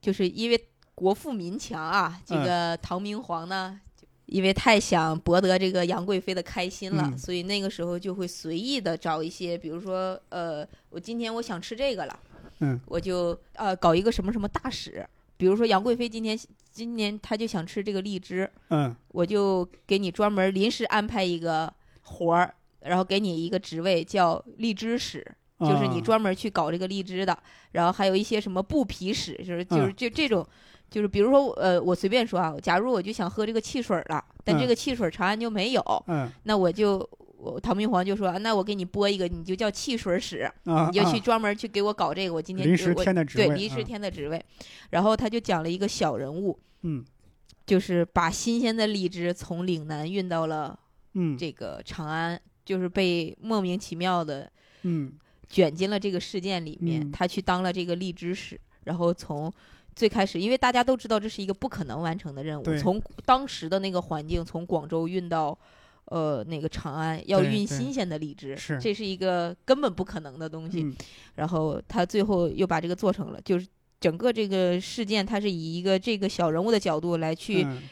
就是因为国富民强啊，这嗯个唐明皇呢，就因为太想博得这个杨贵妃的开心了，嗯所以那个时候就会随意的找一些，比如说，呃，我今天我想吃这个了，嗯，我就呃搞一个什么什么大使，比如说杨贵妃今天今年她就想吃这个荔枝，嗯，我就给你专门临时安排一个活儿，然后给你一个职位叫荔枝使。就是你啊专门去搞这个荔枝的，然后还有一些什么布匹使，就是就是嗯就这种，就是比如说呃，我随便说啊，假如我就想喝这个汽水儿了，但嗯这个汽水儿长安就没有，嗯那我就我唐明皇就说，那我给你拨一个，你就叫汽水儿使，啊，你就去啊专门去给我搞这个，我今天临就时我添的职位，对临时啊，添的职位，然后他就讲了一个小人物，嗯就是把新鲜的荔枝从岭南运到了嗯这个长安，就是被莫名其妙的嗯卷进了这个事件里面，嗯他去当了这个荔枝使，然后从最开始，因为大家都知道这是一个不可能完成的任务，对从当时的那个环境，从广州运到呃那个长安，要对运对新鲜的荔枝，是这是一个根本不可能的东西。嗯然后他最后又把这个做成了，就是整个这个事件，他是以一个这个小人物的角度来去、嗯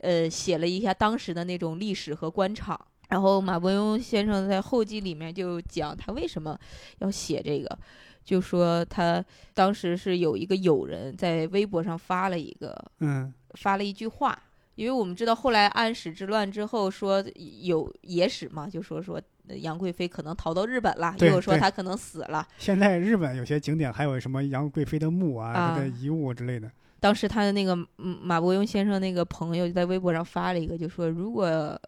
呃写了一下当时的那种历史和官场。然后马伯庸先生在后记里面就讲他为什么要写这个，就说他当时是有一个友人在微博上发了一个嗯发了一句话，因为我们知道后来安史之乱之后说有野史嘛，就说说呃杨贵妃可能逃到日本了，又对有说对她可能死了，现在日本有些景点还有什么杨贵妃的墓啊、啊这个遗物之类的，当时他的那个嗯马伯庸先生那个朋友就在微博上发了一个，就说如果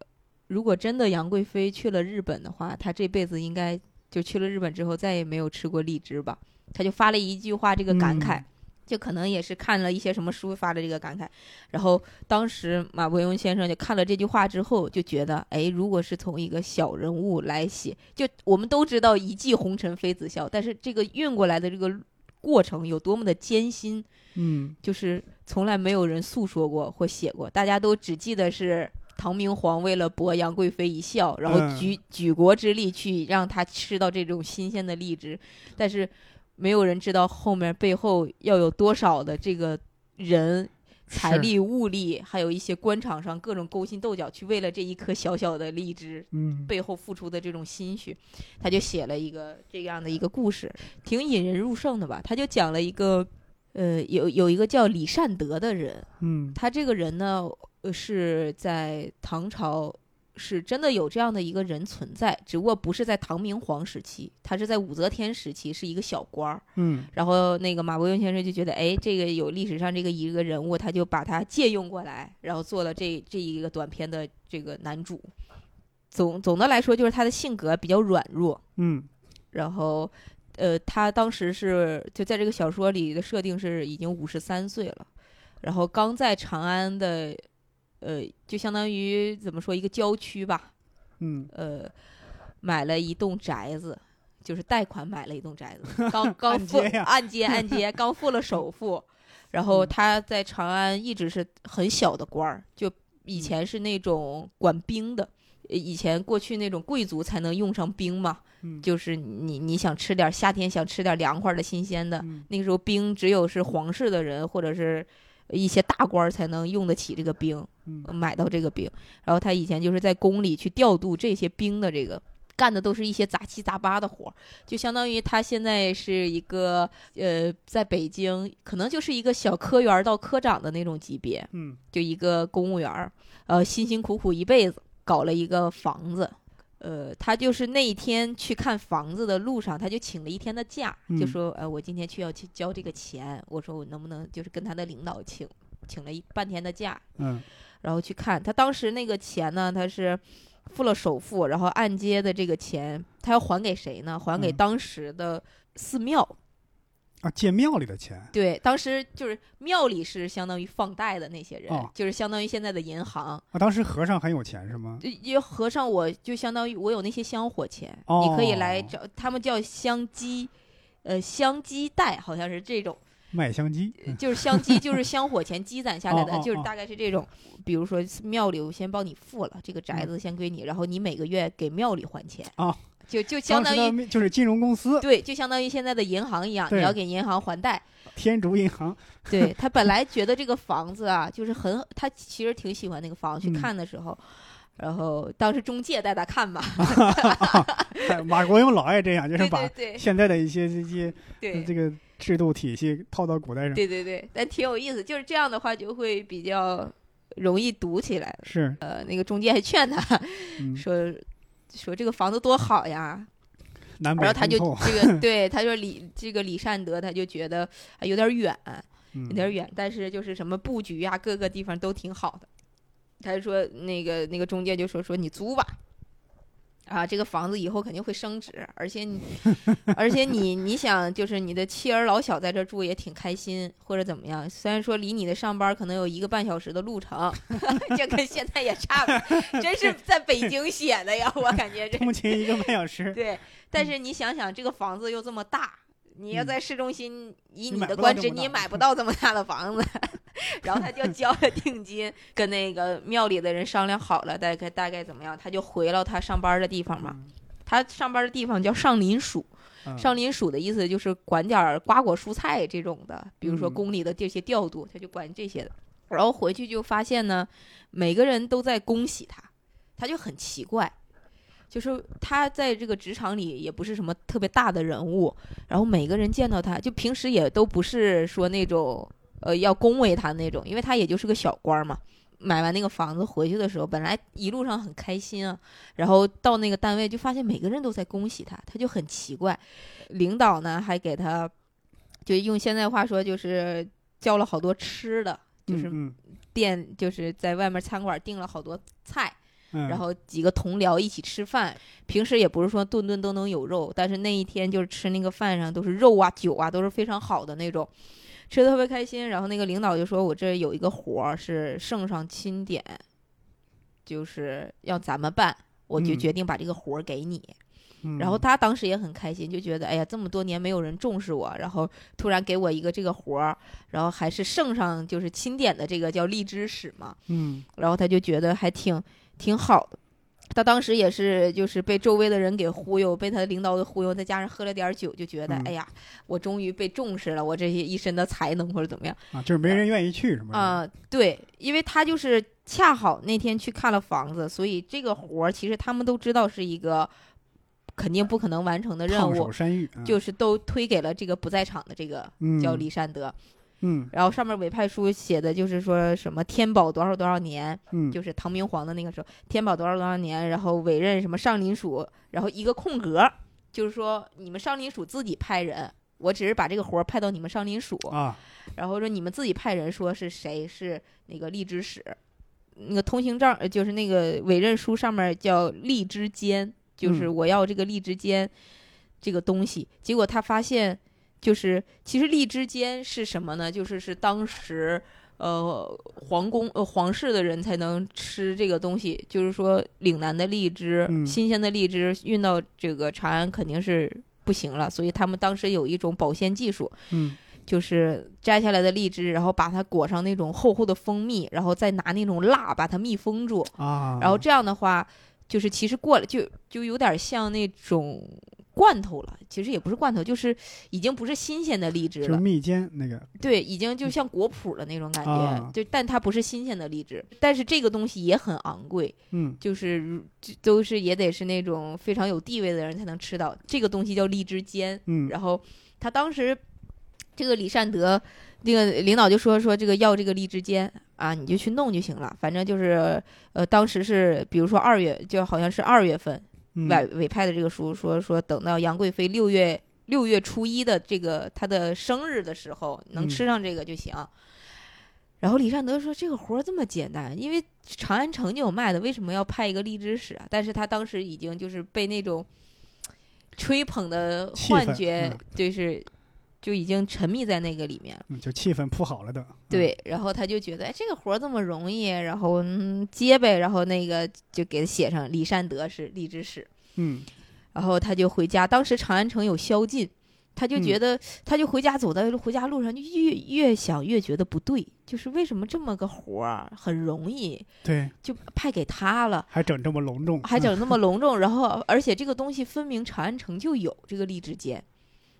如果真的杨贵妃去了日本的话，她这辈子应该就去了日本之后再也没有吃过荔枝吧。他就发了一句话，这个感慨，嗯就可能也是看了一些什么书发的这个感慨。然后当时马伯庸先生就看了这句话之后，就觉得，哎，如果是从一个小人物来写，就我们都知道一骑红尘妃子笑，但是这个运过来的这个过程有多么的艰辛，嗯就是从来没有人诉说过或写过，大家都只记得是唐明皇为了博杨贵妃一笑，然后嗯举、举国之力去让她吃到这种新鲜的荔枝，但是没有人知道后面背后要有多少的这个人。财是力、物力，还有一些官场上各种勾心斗角，去为了这一颗小小的荔枝，嗯背后付出的这种心血，他就写了一个这样的一个故事，挺引人入胜的吧？他就讲了一个，呃，有有一个叫李善德的人，嗯他这个人呢，呃是在唐朝是真的有这样的一个人存在，只不过不是在唐明皇时期，他是在武则天时期，是一个小官儿。嗯然后那个马伯庸先生就觉得，哎，这个有历史上这个一个人物，他就把他借用过来，然后做了这这一个短片的这个男主。总总的来说，就是他的性格比较软弱，嗯然后，呃，他当时是就在这个小说里的设定是已经五十三岁了，然后刚在长安的，呃，就相当于怎么说一个郊区吧，嗯，呃，买了一栋宅子，就是贷款买了一栋宅 子，刚刚按付揭呀按揭按揭刚付了 首付，然后嗯他在长安一直是很小的官儿，就以嗯前是那种管兵的。呃以前过去那种贵族才能用上兵嘛，嗯就是你你想吃点夏天想吃点凉快的新鲜的，嗯那个时候兵只有是皇室的人或者是一些大官儿才能用得起这个兵，嗯呃买到这个兵。然后他以前就是在宫里去调度这些兵的这个。干的都是一些杂七杂八的活儿，就相当于他现在是一个呃，在北京可能就是一个小科员儿到科长的那种级别，嗯就一个公务员儿，呃，辛辛苦苦一辈子搞了一个房子。呃，他就是那一天去看房子的路上，他就请了一天的假，就嗯说，呃，我今天去要去交这个钱，我说我能不能就是跟他的领导请，请了一半天的假，嗯然后去看他当时那个钱呢，他是付了首付，然后按揭的这个钱，他要还给谁呢？还给嗯当时的寺庙，啊，借庙里的钱，对，当时就是庙里是相当于放贷的那些人，哦就是相当于现在的银行，啊，当时和尚很有钱是吗？就因为和尚，我就相当于我有那些香火钱，哦你可以来找他们叫香鸡，呃，香鸡袋好像是 这种，卖香鸡，就是香鸡就是香火钱积攒下来的，哦哦就是哦大概是这种。比如说庙里我先帮你付了，这个宅子先归你，然后你每个月给庙里还钱，嗯哦就就相当时当的于。庙就是金融公司对，就相当于现在的银行一样，你对要给银行还 贷。天竺银行，对他本来觉得这个房子啊，就是很，他其实挺喜欢那个房。去嗯看的时候，然后当时中介带他看吧，哎马国勇老爱这样，就对是把对对现在的一些这些对，嗯这个制度体系套到古代上，对对对，但挺有意思，就是这样的话就会比较容易读起来。是，呃，那个中介还劝他嗯，说说这个房子多好呀，南北然后他就通透这个对他说李这个李善德他就觉得啊有点远，嗯有点远，但是就是什么布局啊，各个地方都挺好的。他就说那个那个中介就说说你租吧。啊，这个房子以后肯定会升值，而且你，而且你，你想，就是你的妻儿老小在这儿住也挺开心，或者怎么样？虽然说离你的上班可能有一个半小时的路程， 这跟现在也差不， 真是在北京写的呀，我感觉这 通勤一个半小时，对，但嗯是你想想，这个房子又这么大，你要在市中心，以你你买的不到官这职，么你大也的嗯买不到这么大的房子。 然后他就交了定金，跟那个庙里的人商量好了，大概大概怎么样，他就回到他上班的地方嘛。嗯他上班的地方叫上林署，嗯上林署的意思就是管点儿瓜果蔬菜这种的，比如说嗯宫里的这些调度，他就管这些的。然后回去就发现呢，每个人都在恭喜他，他就很奇怪，就是他在这个职场里也不是什么特别大的人物，然后每个人见到他就平时也都不是说那种呃要恭维他那种，因为他也就是个小官儿嘛。买完那个房子回去的时候，本来一路上很开心啊，然后到那个单位就发现每个人都在恭喜他，他就很奇怪。领导呢还给他，就用现在话说就是叫了好多吃的，就是嗯店就是在外面餐馆订了好多菜，嗯，然后几个同僚一起吃饭。平时也不是说顿顿都能有肉，但是那一天就是吃那个饭上都是肉啊、酒啊，都是非常好的那种，吃的特别开心。然后那个领导就说：“我这有一个活儿是圣上钦点，就是要咱们办，我就嗯决定把这个活儿给你。嗯然后他当时也很开心，就觉得哎呀，这么多年没有人重视我，然后突然给我一个这个活儿，然后还是圣上就是钦点的这个叫荔枝使嘛，嗯然后他就觉得还挺挺好的。他当时也是就是被周围的人给忽悠，被他的领导给忽悠，再加上喝了点儿酒，就觉得、嗯哎呀，我终于被重视了，我这些一身的才能或者怎么样。啊，就是没人愿意去什么啊、对，因为他就是恰好那天去看了房子，所以这个活儿其实他们都知道是一个肯定不可能完成的任烫务手，山芋，啊就是都推给了这个不在场的这个嗯叫李善德。嗯然后上面委派书写的就是说什么天宝多少多少年，嗯，就是唐明皇的那个时候，天宝多少多少年，然后委任什么上林署，然后一个空格，就是说你们上林署自己派人，我只是把这个活儿派到你们上林署，啊，然后说你们自己派人说是谁是那个荔枝使，那个通行证呃就是那个委任书上面叫荔枝监，就是嗯我要这个荔枝监这个东西。结果他发现，就是其实荔枝监是什么呢？就是是当时呃皇宫呃皇室的人才能吃这个东西，就是说岭南的荔枝、嗯新鲜的荔枝运到这个长安肯定是不行了，所以他们当时有一种保鲜技术。嗯就是摘下来的荔枝，然后把它裹上那种厚厚的蜂蜜，然后再拿那种蜡把它密封住，啊，然后这样的话，就是其实过了就就有点像那种罐头了，其实也不是罐头，就是已经不是新鲜的荔枝就是了，蜜煎那个，对，已经就像果脯了那种感啊觉，对，但它不是新鲜的荔枝，但是这个东西也很昂贵，嗯就是如这都是也得是那种非常有地位的人才能吃到，这个东西叫荔枝尖，嗯然后他当时这个李善德这个领导就说说这个要这个荔枝尖啊，你就去弄就行了，反正就是呃当时是比如说二月，就好像是二月份嗯委委派的这个书说说等到杨贵妃六月六月初一的这个她的生日的时候嗯能吃上这个就行。然后李善德说：“这个活儿这么简单，因为长安城就有卖的，为什么要派一个荔枝使啊？”但是他当时已经就是被那种吹捧的气幻氛觉嗯，就是就已经沉迷在那个里面了。嗯就气氛铺好了的，嗯，对，然后他就觉得，哎，这个活儿这么容易，然后嗯接呗，然后那个就给他写上李善德是荔枝使。嗯然后他就回家。当时长安城有宵禁，他就觉得，他就回家走在回家路上，就越越想越觉得不对，就是为什么这么个活儿啊很容易对，就派给他了，还整这么隆重，还嗯整那么隆重，然后而且这个东西分明长安城就有这个荔枝间，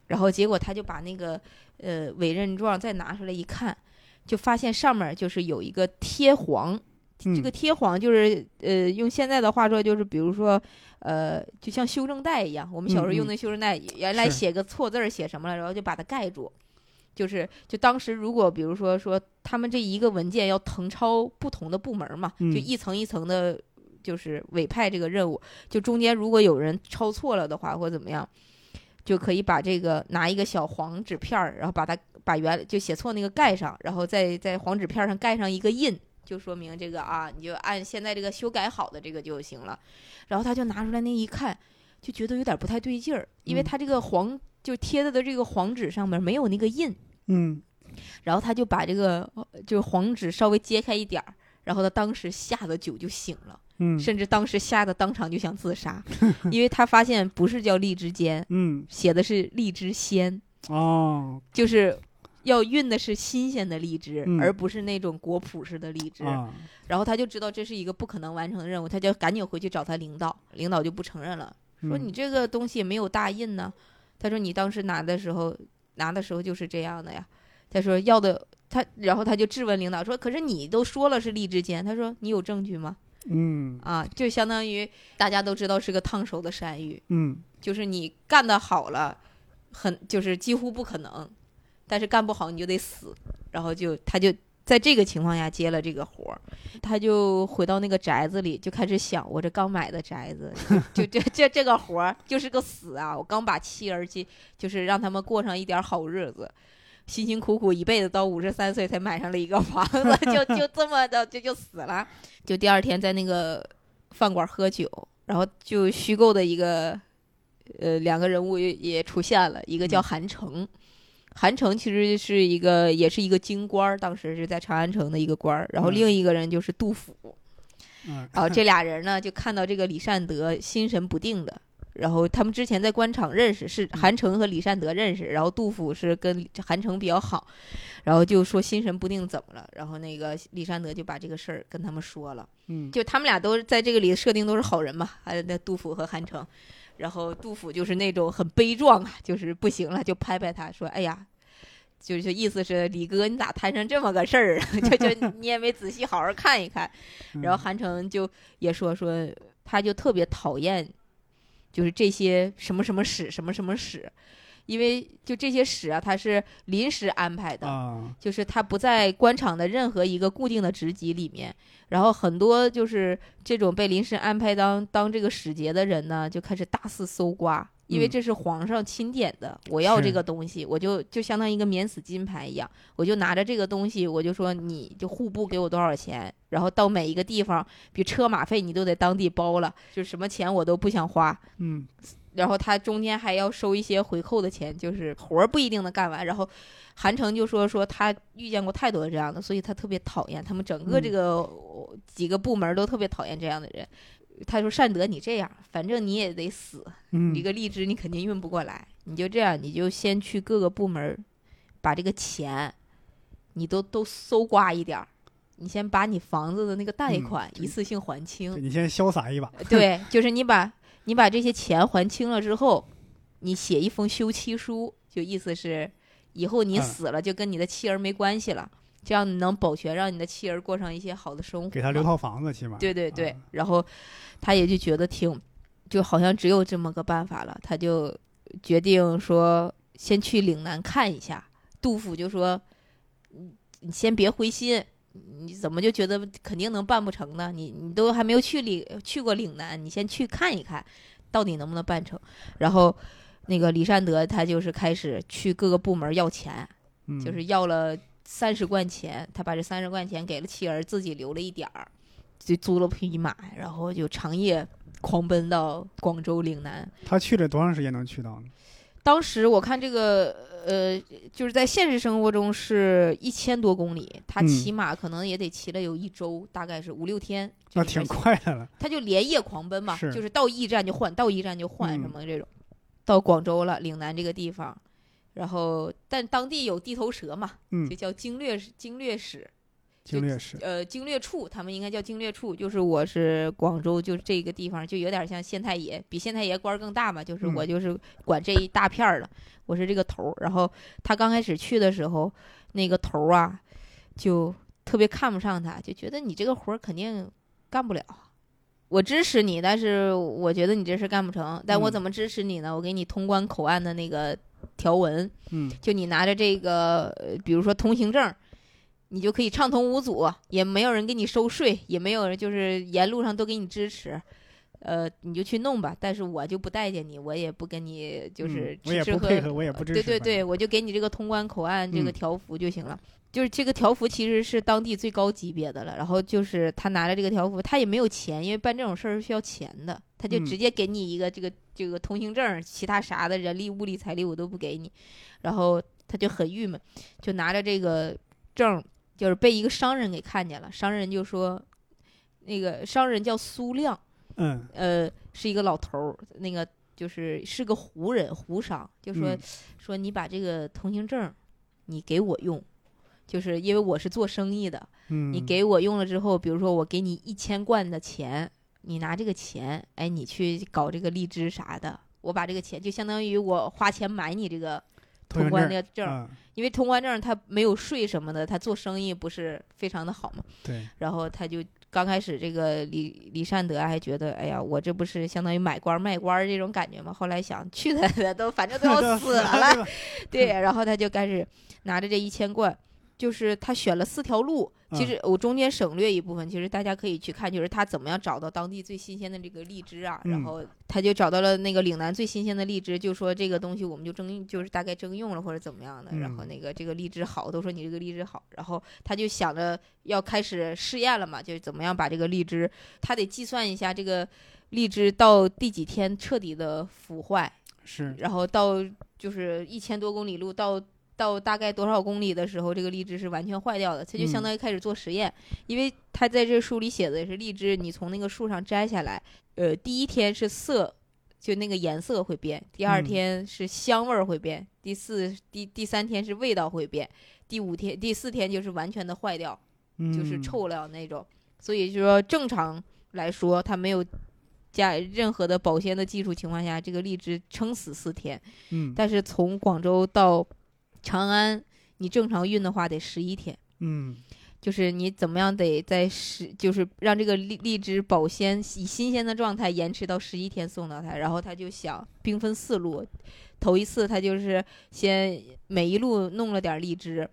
然后结果他就把那个呃委任状再拿出来一看，就发现上面就是有一个贴黄。这个嗯贴黄就是呃，用现在的话说就是，比如说呃，就像修正带一样，我们小时候嗯用嗯那修正带，原来是写个错字儿写什么了，然后就把它盖住。就是就当时如果比如说说他们这一个文件要誊抄不同的部门嘛，嗯就一层一层的，就是委派这个任务，就中间如果有人抄错了的话或怎么样。就可以把这个拿一个小黄纸片儿，然后把它把原就写错那个盖上，然后再在黄纸片儿上盖上一个印，就说明这个啊，你就按现在这个修改好的这个就行了。然后他就拿出来那一看，就觉得有点不太对劲儿，因为嗯他这个黄就贴在的这个黄纸上面没有那个印，嗯然后他就把这个呃就是黄纸稍微揭开一点儿，然后他当时吓得酒就醒了，嗯甚至当时吓得当场就想 自杀，因为他发现不是叫荔枝尖，嗯写的是荔枝鲜，哦就是。要运的是新鲜的荔枝，嗯而不是那种果脯式的荔枝。啊然后他就知道这是一个不可能完成的任务，他就赶紧回去找他领导，领导就不承认了，说嗯你这个东西没有大印呢。他说你当时拿的时候拿的时候就是这样的呀。他说要的他，然后他就质问领导说，可是你都说了是荔枝尖，他说你有证据吗？嗯啊，就相当于大家都知道是个烫手的山芋，嗯就是你干得好了，很就是几乎不可能，但是干不好你就得死。然后就他就在这个情况下接了这个活儿，他就回到那个宅子里，就开始想我这刚买的宅子，就就这这这个活儿就是个死啊！我刚把妻儿去，就是让他们过上一点好日子。辛辛苦苦一辈子到五十三岁才买上了一个房子， 就就这么的就就死了。就第二天在那个饭馆喝酒，然后就虚构的一个呃两个人物也也出现了，一个叫嗯韩城，韩城其实是一个也是一个京官儿，当时是在长安城的一个官儿，然后嗯另一个人就是杜甫，嗯 然后这俩人呢就看到这个李善德心神不定的。然后他们之前在官场认识，是韩城和李善德认识，然后杜甫是跟韩城比较好，然后就说心神不定怎么了，然后那个李善德就把这个事儿跟他们说了。嗯就他们俩都是在这个里设定都是好人嘛，还有那杜甫和韩城，然后杜甫就是那种很悲壮啊，就是不行了，就拍拍他说：“哎呀，就是意思是李哥，你咋摊上这么个事儿啊？ 就就你也没仔细好好看一看。”嗯然后韩城就也说说，他就特别讨厌，就是这些什么什么史什么什么史，因为就这些使啊，他是临时安排的，啊，就是他不在官场的任何一个固定的职级里面。然后很多就是这种被临时安排当当这个使节的人呢，就开始大肆搜刮，因为嗯这是皇上钦点的，我要这是个东西，我就就相当于一个免死金牌一样，我就拿着这个东西，我就说你就户部给我多少钱，然后到每一个地方，比如车马费你都得当地包了，就什么钱我都不想花，嗯，然后他中间还要收一些回扣的钱，就是活儿不一定能干完。然后韩城就说说他遇见过太多这样的，所以他特别讨厌他们整个嗯这个呃几个部门都特别讨厌这样的人。他说：“善德，你这样，反正你也得死，嗯，一个荔枝你肯定运不过来，你就这样，你就先去各个部门，把这个钱，你都都搜刮一点儿，你先把你房子的那个贷嗯款一次性还清。对你先潇洒一把， 对，就是你把你把这些钱还清了之后，你写一封休妻书，就意思是以后你嗯死了就跟你的妻儿没关系了，这样你能保全，让你的妻儿过上一些好的生活，给他留套房子，起码对对对啊，然后他也就觉得挺，就好像只有这么个办法了，他就决定说先去岭南看一下。杜甫就说：“嗯你你先别灰心，你怎么就觉得肯定能办不成呢？你你都还没有去岭去过岭南，你先去看一看，到底能不能办成。”然后那个李善德他就是开始去各个部门要钱，嗯就是要了三十贯钱，他把这三十贯钱给了妻儿，自己留了一点儿，就租了匹马，然后就长夜狂奔到广州岭南。他去了多长时间能去到呢？当时我看这个，呃，就是在现实生活中是一千多公里，他嗯骑马可能也得骑了有一周，大概是五六天。那就是挺快的了，他就连夜狂奔嘛，是就是到驿站就换，到驿站就换嗯什么这种。到广州了，岭南这个地方，然后但当地有地头蛇嘛，嗯就叫经略经略使，经略使，呃，经略处，他们应该叫经略处，就是我是广州，就这个地方，就有点像县太爷，比县太爷官儿更大嘛，就是嗯我就是管这一大片儿的，我是这个头儿。然后他刚开始去的时候，那个头儿啊，就特别看不上他，就觉得你这个活儿肯定干不了。我支持你，但是我觉得你这事干不成。但我嗯怎么支持你呢？我给你通关口岸的那个条文，嗯，就你拿着这个，呃比如说通行证，你就可以畅通无阻，也没有人给你收税，也没有人就是沿路上都给你支持，呃，你就去弄吧。但是我就不待见你，我也不跟你就是嗯我也吃吃不喝，配合，我也不支持，对对反正对，，我就给你这个通关口岸这个嗯条幅就行了。就是这个条幅其实是当地最高级别的了，然后就是他拿着这个条幅，他也没有钱，因为办这种事儿是需要钱的，他就嗯直接给你一个这个这个通行证儿，其他啥的人力、物力、财力我都不给你，然后他就很郁闷，就拿着这个证儿，就是被一个商人给看见了，商人就说，那个商人叫苏亮，嗯，呃，是一个老头儿，那个就是是个胡人胡商，就说、嗯说你把这个通行证儿你给我用，就是因为我是做生意的，嗯，你给我用了之后，比如说我给你一千贯的钱，你拿这个钱，哎，你去搞这个荔枝啥的，我把这个钱就相当于我花钱买你这个通通行关证这个证儿，嗯，因为通关证儿它没有税什么的，他做生意不是非常的好吗？对，然后他就刚开始这个李李善德还觉得，哎呀，我这不是相当于买官儿卖官儿这种感觉吗？后来想，去他的都反正都对 要死了，对吧对，然后他就开始拿着这一千贯，就是他选了四条路。其嗯实我中间省略一部分，其实大家可以去看，就是他怎么样找到当地最新鲜的这个荔枝啊，嗯然后他就找到了那个岭南最新鲜的荔枝，就说这个东西我们就征，就是大概征用了或者怎么样的，然后嗯那个这个荔枝好，都说你这个荔枝好，然后他就想着要开始试验了嘛，就是怎么样把这个荔枝，他得计算一下这个荔枝到第几天彻底的腐坏，是，然后到就是一千多公里路到到大概多少公里的时候，这个荔枝是完全坏掉的，它就相嗯当于开始做实验，因为他在这书里写的也是荔枝，你从那个树上摘下来，呃，第一天是色。就那个颜色会变，第二嗯天是香味儿会变，第四第第三天是味道会变，第五天第四天就是完全的坏掉，就是嗯，臭料那种。所以就说正常来说，它没有加任何的保鲜的技术情况下，这个荔枝撑死四天。嗯但是从广州到长安，你正常运的话得十一天。嗯，就是你怎么样得在十，就是让这个荔荔枝保鲜，以新鲜的状态延迟到十一天送到他。然后他就想兵分四路，头一次他就是先每一路弄了点儿荔枝，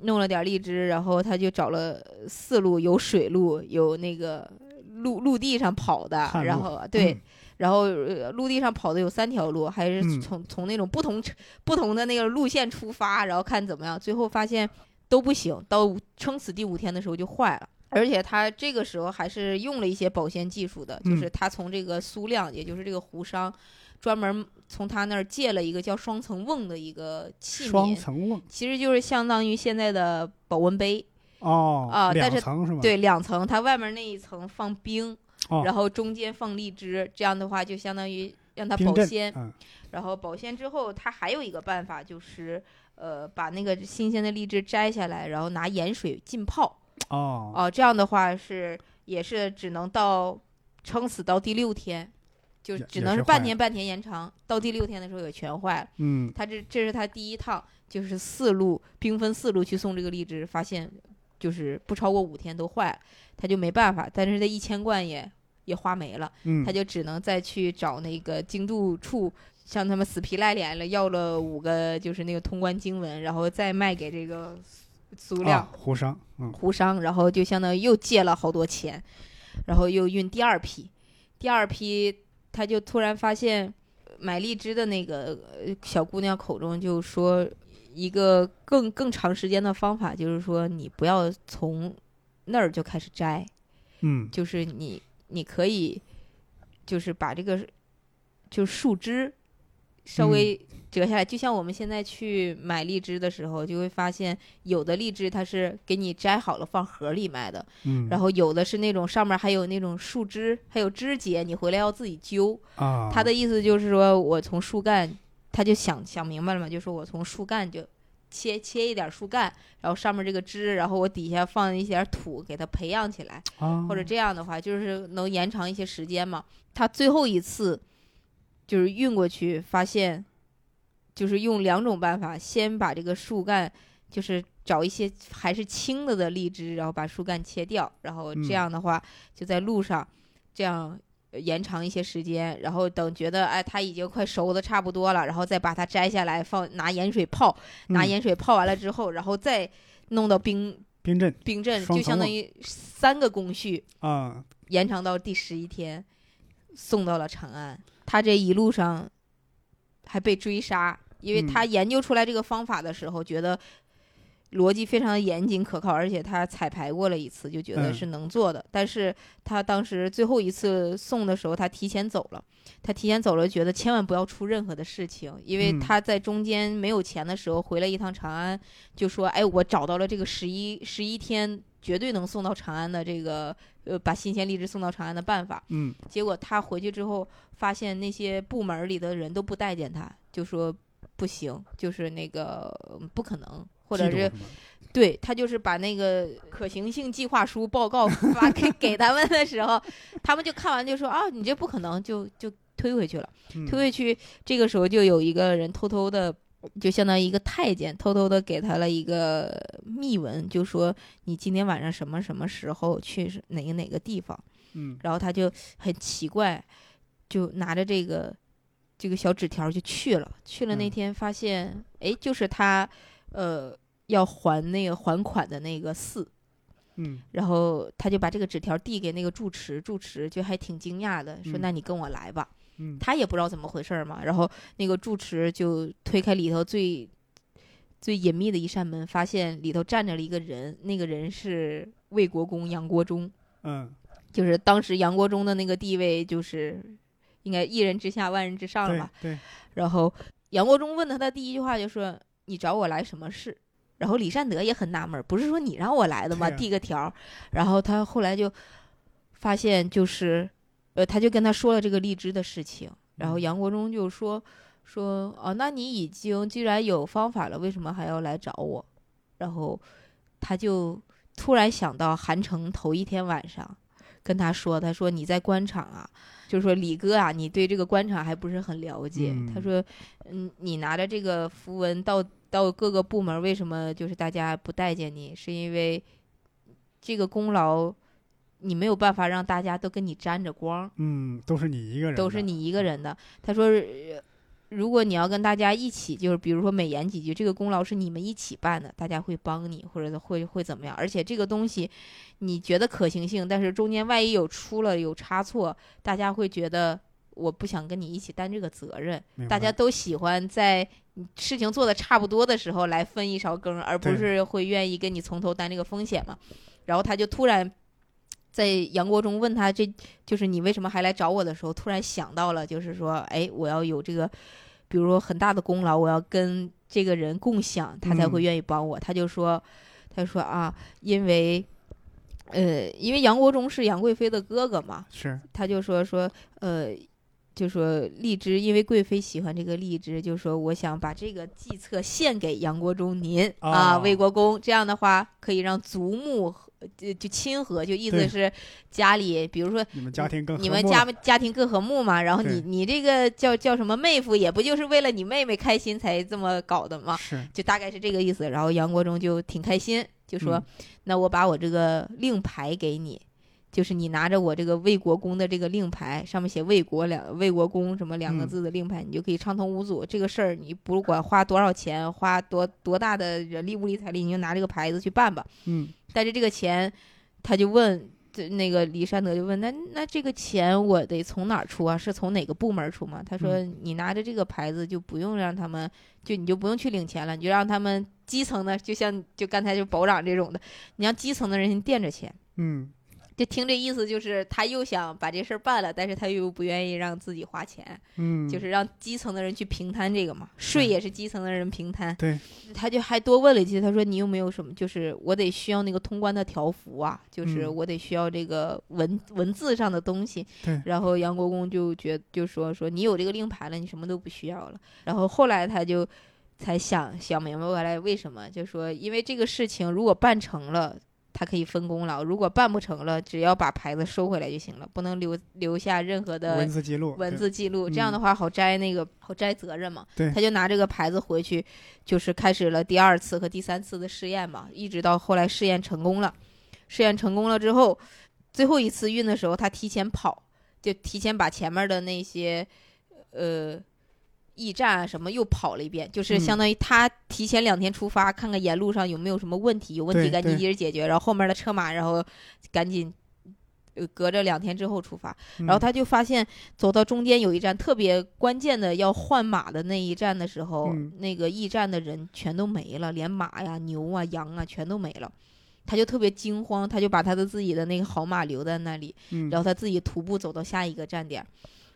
弄了点儿荔枝，然后他就找了四路，有水路，有那个陆陆地上跑的旱，然路后对。嗯然后呃陆地上跑的有三条路，还是嗯从、从那种不同车不同的那个路线出发，然后看怎么样，最后发现都不行，到五撑死第五天的时候就坏了。而且他这个时候还是用了一些保鲜技术的，嗯就是他从这个苏亮，也就是这个胡商，专门从他那儿借了一个叫双层瓮的一个器双皿，层瓮其实就是相当于现在的保温杯，哦，啊但两是层是吗？，对，两层，它外面那一层放冰，哦然后中间放荔枝，这样的话就相当于让它冰保镇鲜。嗯然后保鲜之后，它还有一个办法就是，呃，把那个新鲜的荔枝摘下来，然后拿盐水浸泡。哦，哦、这样的话是也是只能到撑死到第六天，就也只也能是是半坏年半年延长，到第六天的时候也全坏了。嗯，他这这是他第一趟，就是四路兵分四路去送这个荔枝，发现就是不超过五天都坏了，他就没办法。但是这一千罐也也花没了，嗯他就只能再去找那个经度处，向他们死皮赖脸了要了五个就是那个通关经文，然后再卖给这个苏亮啊，胡商，嗯，胡商，然后就相当于又借了好多钱，然后又运第二批，第二批他就突然发现，买荔枝的那个呃小姑娘口中就说一个更更长时间的方法，就是说你不要从那儿就开始摘，嗯，就是你你可以就是把这个就是树枝嗯稍微折下来，就像我们现在去买荔枝的时候，就会发现有的荔枝它是给你摘好了放盒里卖的，嗯，然后有的是那种上面还有那种树枝，还有枝节，你回来要自己揪。啊，他的意思就是说我从树干，他就想想明白了嘛，就说我从树干就切切一点树干，然后上面这个枝，然后我底下放一点土给它培养起来。啊，或者这样的话，就是能延长一些时间嘛。他最后一次就是运过去，发现就是用两种办法，先把这个树干，就是找一些还是青的的荔枝，然后把树干切掉，然后嗯这样的话就在路上这样。呃延长一些时间，然后等觉得哎，它已经快熟的差不多了，然后再把它摘下来，放拿盐水泡，拿嗯盐水泡完了之后，然后再弄到冰冰镇冰镇，双就层相当网于三个工序，啊，延长到第十一天，送到了长安。他这一路上还被追杀，因为嗯他研究出来这个方法的时候，觉得逻辑非常严谨可靠，而且他彩排过了一次，就觉得嗯是能做的。但是他当时最后一次送的时候，他提前走了，他提前走了，觉得千万不要出任何的事情，因为嗯他在中间没有钱的时候回了一趟长安，就说：“哎，我找到了这个十一十一天。”绝对能送到长安的这个，呃，把新鲜荔枝送到长安的办法。嗯，结果他回去之后，发现那些部门里的人都不待见他，就说不行，就是那个嗯不可能，或者嫉妒是吗对他就是把那个可行性计划书报告 发给给他们的时候，他们就看完就说啊，你这不可能，就就推回去了。嗯推回去，这个时候就有一个人偷偷的，就相当于一个太监，偷偷的给他了一个密文，就说你今天晚上什么什么时候去是哪个哪个地方。嗯然后他就很奇怪，就拿着这个这个小纸条就去了。去了那嗯天发现，哎、就是他，呃，要还那个还款的那个寺。嗯然后他就把这个纸条递给那个住持，住持就还挺惊讶的，说：“嗯那你跟我来吧。”嗯他也不知道怎么回事儿嘛。然后那个住持就推开里头最最隐秘的一扇门，发现里头站着了一个人，那个人是魏国公杨国忠。嗯，就是当时杨国忠的那个地位，就是应该一人之下，万人之上了对吧。对，然后杨国忠问他的第一句话就说：“你找我来什么事？”然后李善德也很纳闷儿，不是说你让我来的吗？对啊递个条儿。然后他后来就发现，就是呃，他就跟他说了这个荔枝的事情。然后嗯杨国忠就说说哦，那你已经居然有方法了，为什么还要来找我？然后他就突然想到韩城头一天晚上跟他说，他说你在官场啊，就是说李哥啊，你对这个官场还不是很了解。嗯他说，嗯，你拿着这个符文到到各个部门，为什么就是大家不待见你？是因为这个功劳，你没有办法让大家都跟你沾着光，嗯，都是你一个人，都是，你一个人的。他说，呃如果你要跟大家一起，就是比如说每演几句，这个功劳是你们一起办的，大家会帮你，或者会会怎么样？而且这个东西，你觉得可行性，但是中间万一有出了有差错，大家会觉得我不想跟你一起担这个责任。明大白家都喜欢在事情做的差不多的时候来分一勺羹，而不对是会愿意跟你从头担这个风险嘛。然后他就突然在杨国忠问他这就是你为什么还来找我的时候，突然想到了，就是说，哎，我要有这个，比如说很大的功劳，我要跟这个人共享，他才嗯会愿意帮我。他就说，他说啊，因为。呃，因为杨国忠是杨贵妃的哥哥嘛，是他就说说，呃，就说荔枝，因为贵妃喜欢这个荔枝，就说我想把这个计策献给杨国忠您、啊，哦魏国公，这样的话可以让族睦和，就就亲和，就意思对是家里，比如说你们家庭更你和们睦家了家庭更和睦嘛，然后你对你这个叫叫什么妹夫，也不就是为了你妹妹开心才这么搞的嘛，是就大概是这个意思。然后杨国忠就挺开心，就说：“嗯那我把我这个令牌给你，就是你拿着我这个魏国公的这个令牌，上面写魏国两魏国公什么两个嗯字的令牌，你就可以畅通无阻。这个事儿你不管花多少钱，花多多大的人力物力财力，你就拿这个牌子去办吧。嗯但是这个钱，他就问。”这那个黎善德就问那那这个钱我得从哪儿出啊？是从哪个部门儿出吗？他说你拿着这个牌子就不用让他们就你就不用去领钱了，你就让他们基层的，就像就刚才就保长这种的，你让基层的人先垫着钱。嗯就听这意思，就是他又想把这事儿办了，但是他又不愿意让自己花钱，嗯，就是让基层的人去平摊这个嘛，税也是基层的人平摊。对，他就还多问了一句，他说你有没有什么，就是我得需要那个通关的条幅啊，就是嗯我得需要这个文文字上的东西。对然后杨国公就觉就说说你有这个令牌了，你什么都不需要了。然后后来他就才想想明白过来为什么，就说因为这个事情如果办成了。他可以分功劳，如果办不成了，只要把牌子收回来就行了，不能留留下任何的文字记录，文对字记录，这样的嗯话好摘那个、好摘责任嘛。对他就拿这个牌子回去，就是开始了第二次和第三次的试验嘛，一直到后来试验成功了。试验成功了之后，最后一次运的时候，他提前跑，就提前把前面的那些呃驿站啊什么又跑了一遍，就是嗯相当于他提前两天出发，看看沿路上有没有什么问题，有问题对赶紧对及时解决，然后后面的车马，然后赶紧。呃隔着两天之后出发，嗯然后他就发现走到中间有一站特别关键的要换马的那一站的时候，嗯那个驿站的人全都没了，连马呀、牛啊、羊啊全都没了。他就特别惊慌，他就把他的自己的那个好马留在那里，嗯然后他自己徒步走到下一个站点，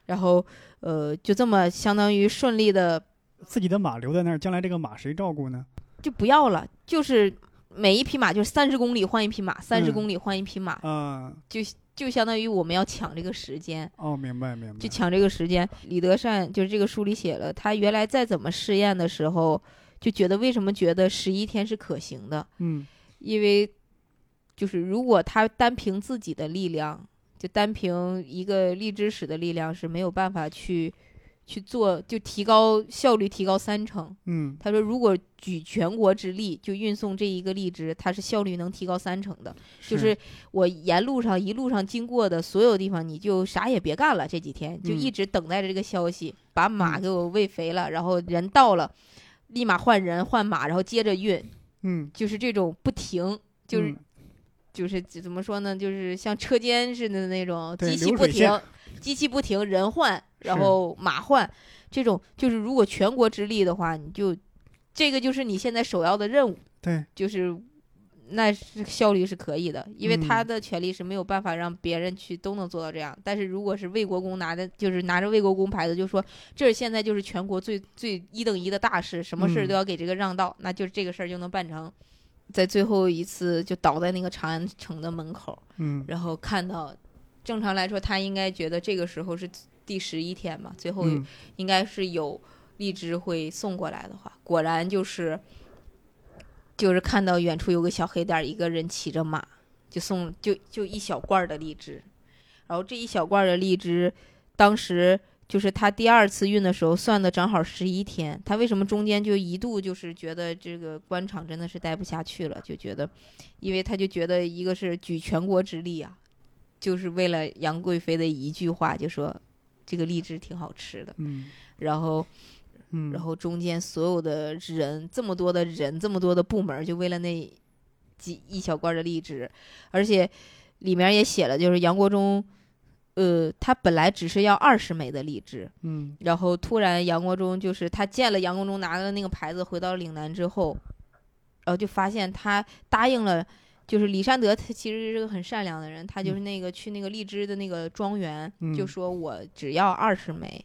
然后呃就这么相当于顺利的自己的马留在那儿，将来这个马谁照顾呢？就不要了，就是每一匹马就是三十公里换一匹马，三十嗯公里换一匹马，啊、就就相当于我们要抢这个时间，哦，明白明白，就抢这个时间。李德善就是这个书里写了，他原来再怎么试验的时候，就觉得为什么觉得十一天是可行的？嗯因为就是如果他单凭自己的力量，就单凭一个荔枝使的力量是没有办法去去做，就提高效率提高三成。嗯，他说，如果举全国之力就运送这一个荔枝，它是效率能提高三成的。就是我沿路上一路上经过的所有地方，你就啥也别干了，这几天就嗯一直等待着这个消息，把马嗯给我喂肥了，然后人到了，立马换人换马，然后接着运，嗯，就是这种不停，就是、嗯就是怎么说呢，就是像车间似的那种，对机器流不水线停，机器不停，人换，然是后马换，这种就是如果全国之力的话，你就这个就是你现在首要的任务。对，就是那是效率是可以的，因为嗯他的权利是没有办法让别人去都能做到这样。但是如果是魏国公拿的，就是拿着魏国公牌子，就说这现在就是全国最最一等一的大事，什么事儿嗯都要给这个让道，那就是这个事儿就能办成。在最后一次就倒在那个长安城的门口，嗯然后看到，正常来说他应该觉得这个时候是第十一天吧，最后嗯应该是有荔枝会送过来的话，果然就是就是看到远处有个小黑点儿，一个人骑着马，就送就就一小罐儿的荔枝，然后这一小罐儿的荔枝，当时就是他第二次运的时候算的正好十一天，他为什么中间就一度就是觉得这个官场真的是待不下去了，就觉得，因为他就觉得一个是举全国之力啊，就是为了杨贵妃的一句话，就说这个荔枝挺好吃的，嗯然后嗯，然后中间所有的人，这么多的人，这么多的部门儿，就为了那几一小罐儿的荔枝，而且里面也写了，就是杨国忠，呃，他本来只是要二十枚的荔枝，嗯然后突然杨国忠就是他见了杨国忠拿了那个牌子回到岭南之后，然后就发现他答应了。就是李善德，他其实是个很善良的人，他就是那个去那个荔枝的那个庄园，嗯就说我只要二十枚，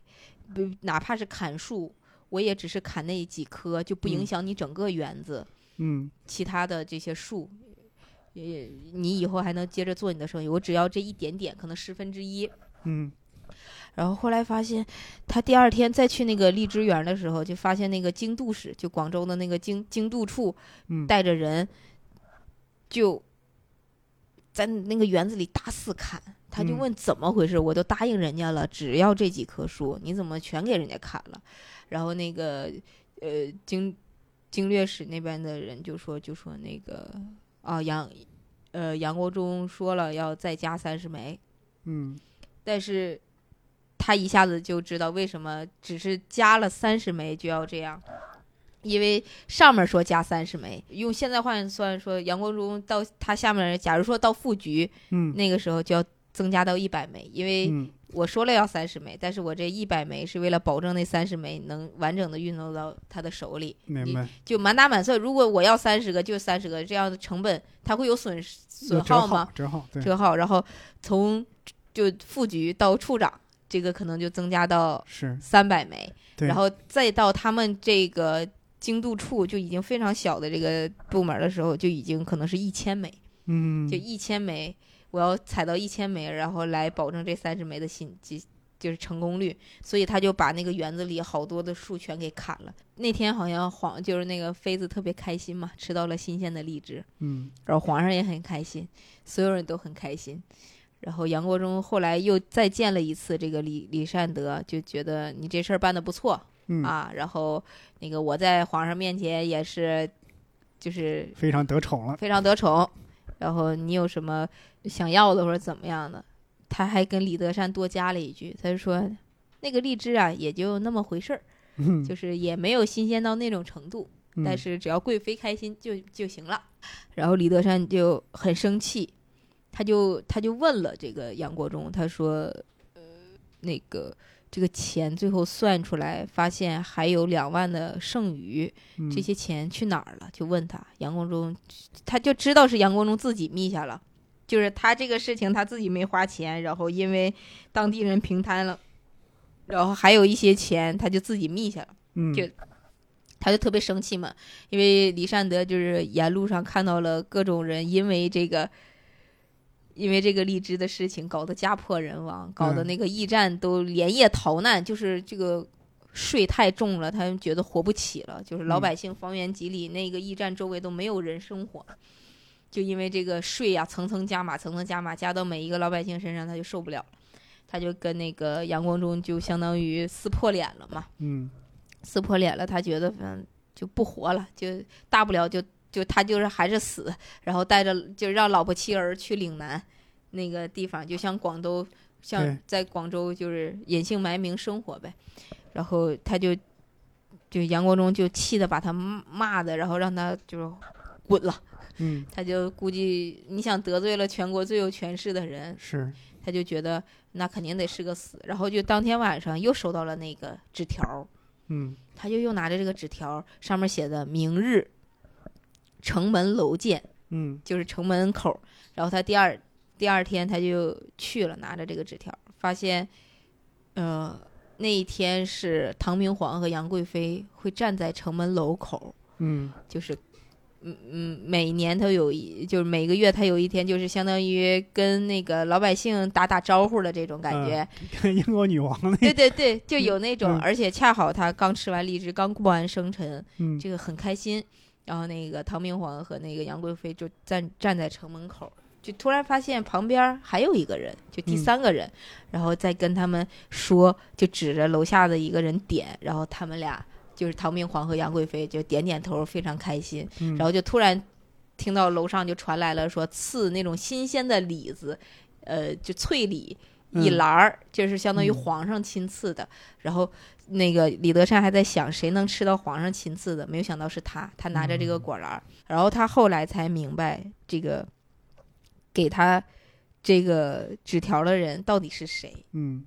不哪怕是砍树，我也只是砍那几棵，就不影嗯响你整个园子、嗯其他的这些树。也你以后还能接着做你的生意，我只要这一点点，可能十分之一，嗯然后后来发现，他第二天再去那个荔枝园的时候，就发现那个京度使，就广州的那个京京度处嗯，带着人，就在那个园子里大肆砍。他就嗯问怎么回事，我都答应人家了，只要这几棵树，你怎么全给人家砍了？然后那个呃经经略使那边的人就说就说那个啊杨呃杨国忠说了要再加三十枚，嗯但是他一下子就知道为什么只是加了三十枚就要这样，因为上面说加三十枚，用现在换算说，杨国忠到他下面，假如说到副局嗯那个时候就要增加到一百枚，因为嗯我说了要三十枚，但是我这一百枚是为了保证那三十枚能完整的运动到他的手里，明白，就满打满算，如果我要三十个就三十个，这样的成本它会有损失损有折耗吗号？折号对，折号，然后从就副局到处长，这个可能就增加到是三百枚，对然后再到他们这个精度处就已经非常小的这个部门的时候，就已经可能是一千枚，嗯就一千枚，我要采到一千枚，然后来保证这三十枚的信就就是成功率，所以他就把那个园子里好多的树全给砍了。那天好像皇就是那个妃子特别开心嘛，吃到了新鲜的荔枝，嗯然后皇上也很开心，所有人都很开心。然后杨国忠后来又再见了一次这个李李善德，就觉得你这事儿办得不错嗯啊。然后那个我在皇上面前也是，就是非常得宠了，非常得宠。然后你有什么想要的或者怎么样的，他还跟李德善多加了一句，他就说那个荔枝啊也就那么回事儿，嗯就是也没有新鲜到那种程度。但是只要贵妃开心就就行了。然后李德善就很生气，他就他就问了这个杨国忠，他说，呃，那个这个钱最后算出来，发现还有两万的剩余，嗯这些钱去哪儿了？就问他，杨国忠，他就知道是杨国忠自己密下了。就是他这个事情他自己没花钱，然后因为当地人平摊了，然后还有一些钱他就自己密下了。嗯就他就特别生气嘛，因为李善德就是沿路上看到了各种人因为这个，因为这个荔枝的事情搞得家破人亡，搞得那个驿站都连夜逃难，就是这个税太重了，他们觉得活不起了，就是老嗯百姓方圆几里那个驿站周围都没有人生活，就因为这个税呀、层层加码，层层加码，加到每一个老百姓身上，他就受不了了，他就跟那个杨光忠就相当于撕破脸了嘛。嗯撕破脸了，他觉得反正就不活了，就大不了就就他就是还是死，然后带着就让老婆妻儿去岭南那个地方，就像广州，像对在广州就是隐姓埋名生活呗。然后他就就杨国忠就气得把他骂的，然后让他就是滚了。嗯他就估计你想得罪了全国最有权势的人，是他就觉得那肯定得是个死。然后就当天晚上又收到了那个纸条儿。嗯他就又拿着这个纸条，上面写的“明日城门楼见嗯”，就是城门口。然后他第二第二天他就去了，拿着这个纸条，发现，呃，那一天是唐明皇和杨贵妃会站在城门楼口，嗯就是。嗯嗯，每年他有一，就是每个月他有一天，就是相当于跟那个老百姓打打招呼的这种感觉。 跟英国女王那对对对，就有那种，嗯而且恰好他刚吃完荔枝，刚过完生辰，嗯这个很开心。然后那个唐明皇和那个杨贵妃就站站在城门口，就突然发现旁边还有一个人，就第三个人，然后再跟他们说，就指着楼下的一个人点，然后他们俩就是唐明皇和杨贵妃就点点头，非常开心，嗯然后就突然听到楼上就传来了说刺那种新鲜的李子，呃，就脆李一嗯篮儿，这是相当于嗯皇上亲赐的。然后那个李德善还在想谁能吃到皇上亲赐的，没有想到是他，他拿着这个嗯果篮儿，然后他后来才明白这个给他这个纸条的人到底是谁，嗯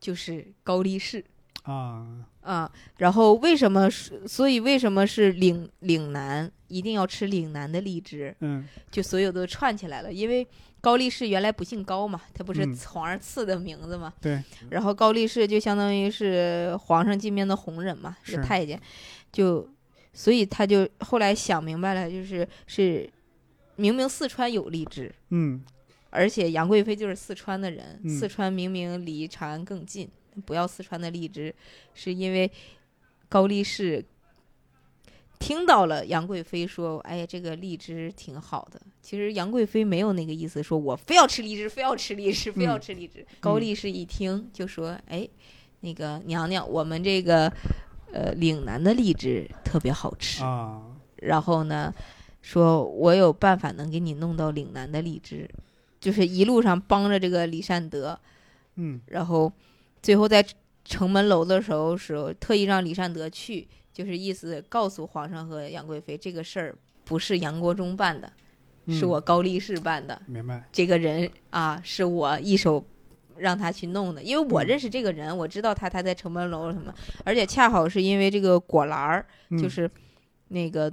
就是高力士。啊，啊，然后为什么是？所以为什么是岭岭南一定要吃岭南的荔枝？嗯就所有都串起来了，因为高力士原来不姓高嘛，他不是嗯皇上赐的名字嘛。对。然后高力士就相当于是皇上近边的红人嘛，是是太监，就所以他就后来想明白了，就是是明明四川有荔枝，嗯而且杨贵妃就是四川的人，嗯四川明明离长安更近，不要四川的荔枝，是因为高力士听到了杨贵妃说：“哎呀，这个荔枝挺好的。”其实杨贵妃没有那个意思，说我非要吃荔枝，非要吃荔枝，非要吃荔枝。高力士一听就说：“哎，那个娘娘，我们这个呃岭南的荔枝特别好吃。啊，然后呢，说我有办法能给你弄到岭南的荔枝，就是一路上帮着这个李善德，嗯然后最后在城门楼的时候时候，特意让李善德去，就是意思告诉皇上和杨贵妃这个事儿不是杨国忠办的，是嗯我高力士办的，明白，这个人啊是我一手。让他去弄的，因为我嗯认识这个人，我知道他他在城门楼什么，而且恰好是因为这个果篮儿，嗯就是那个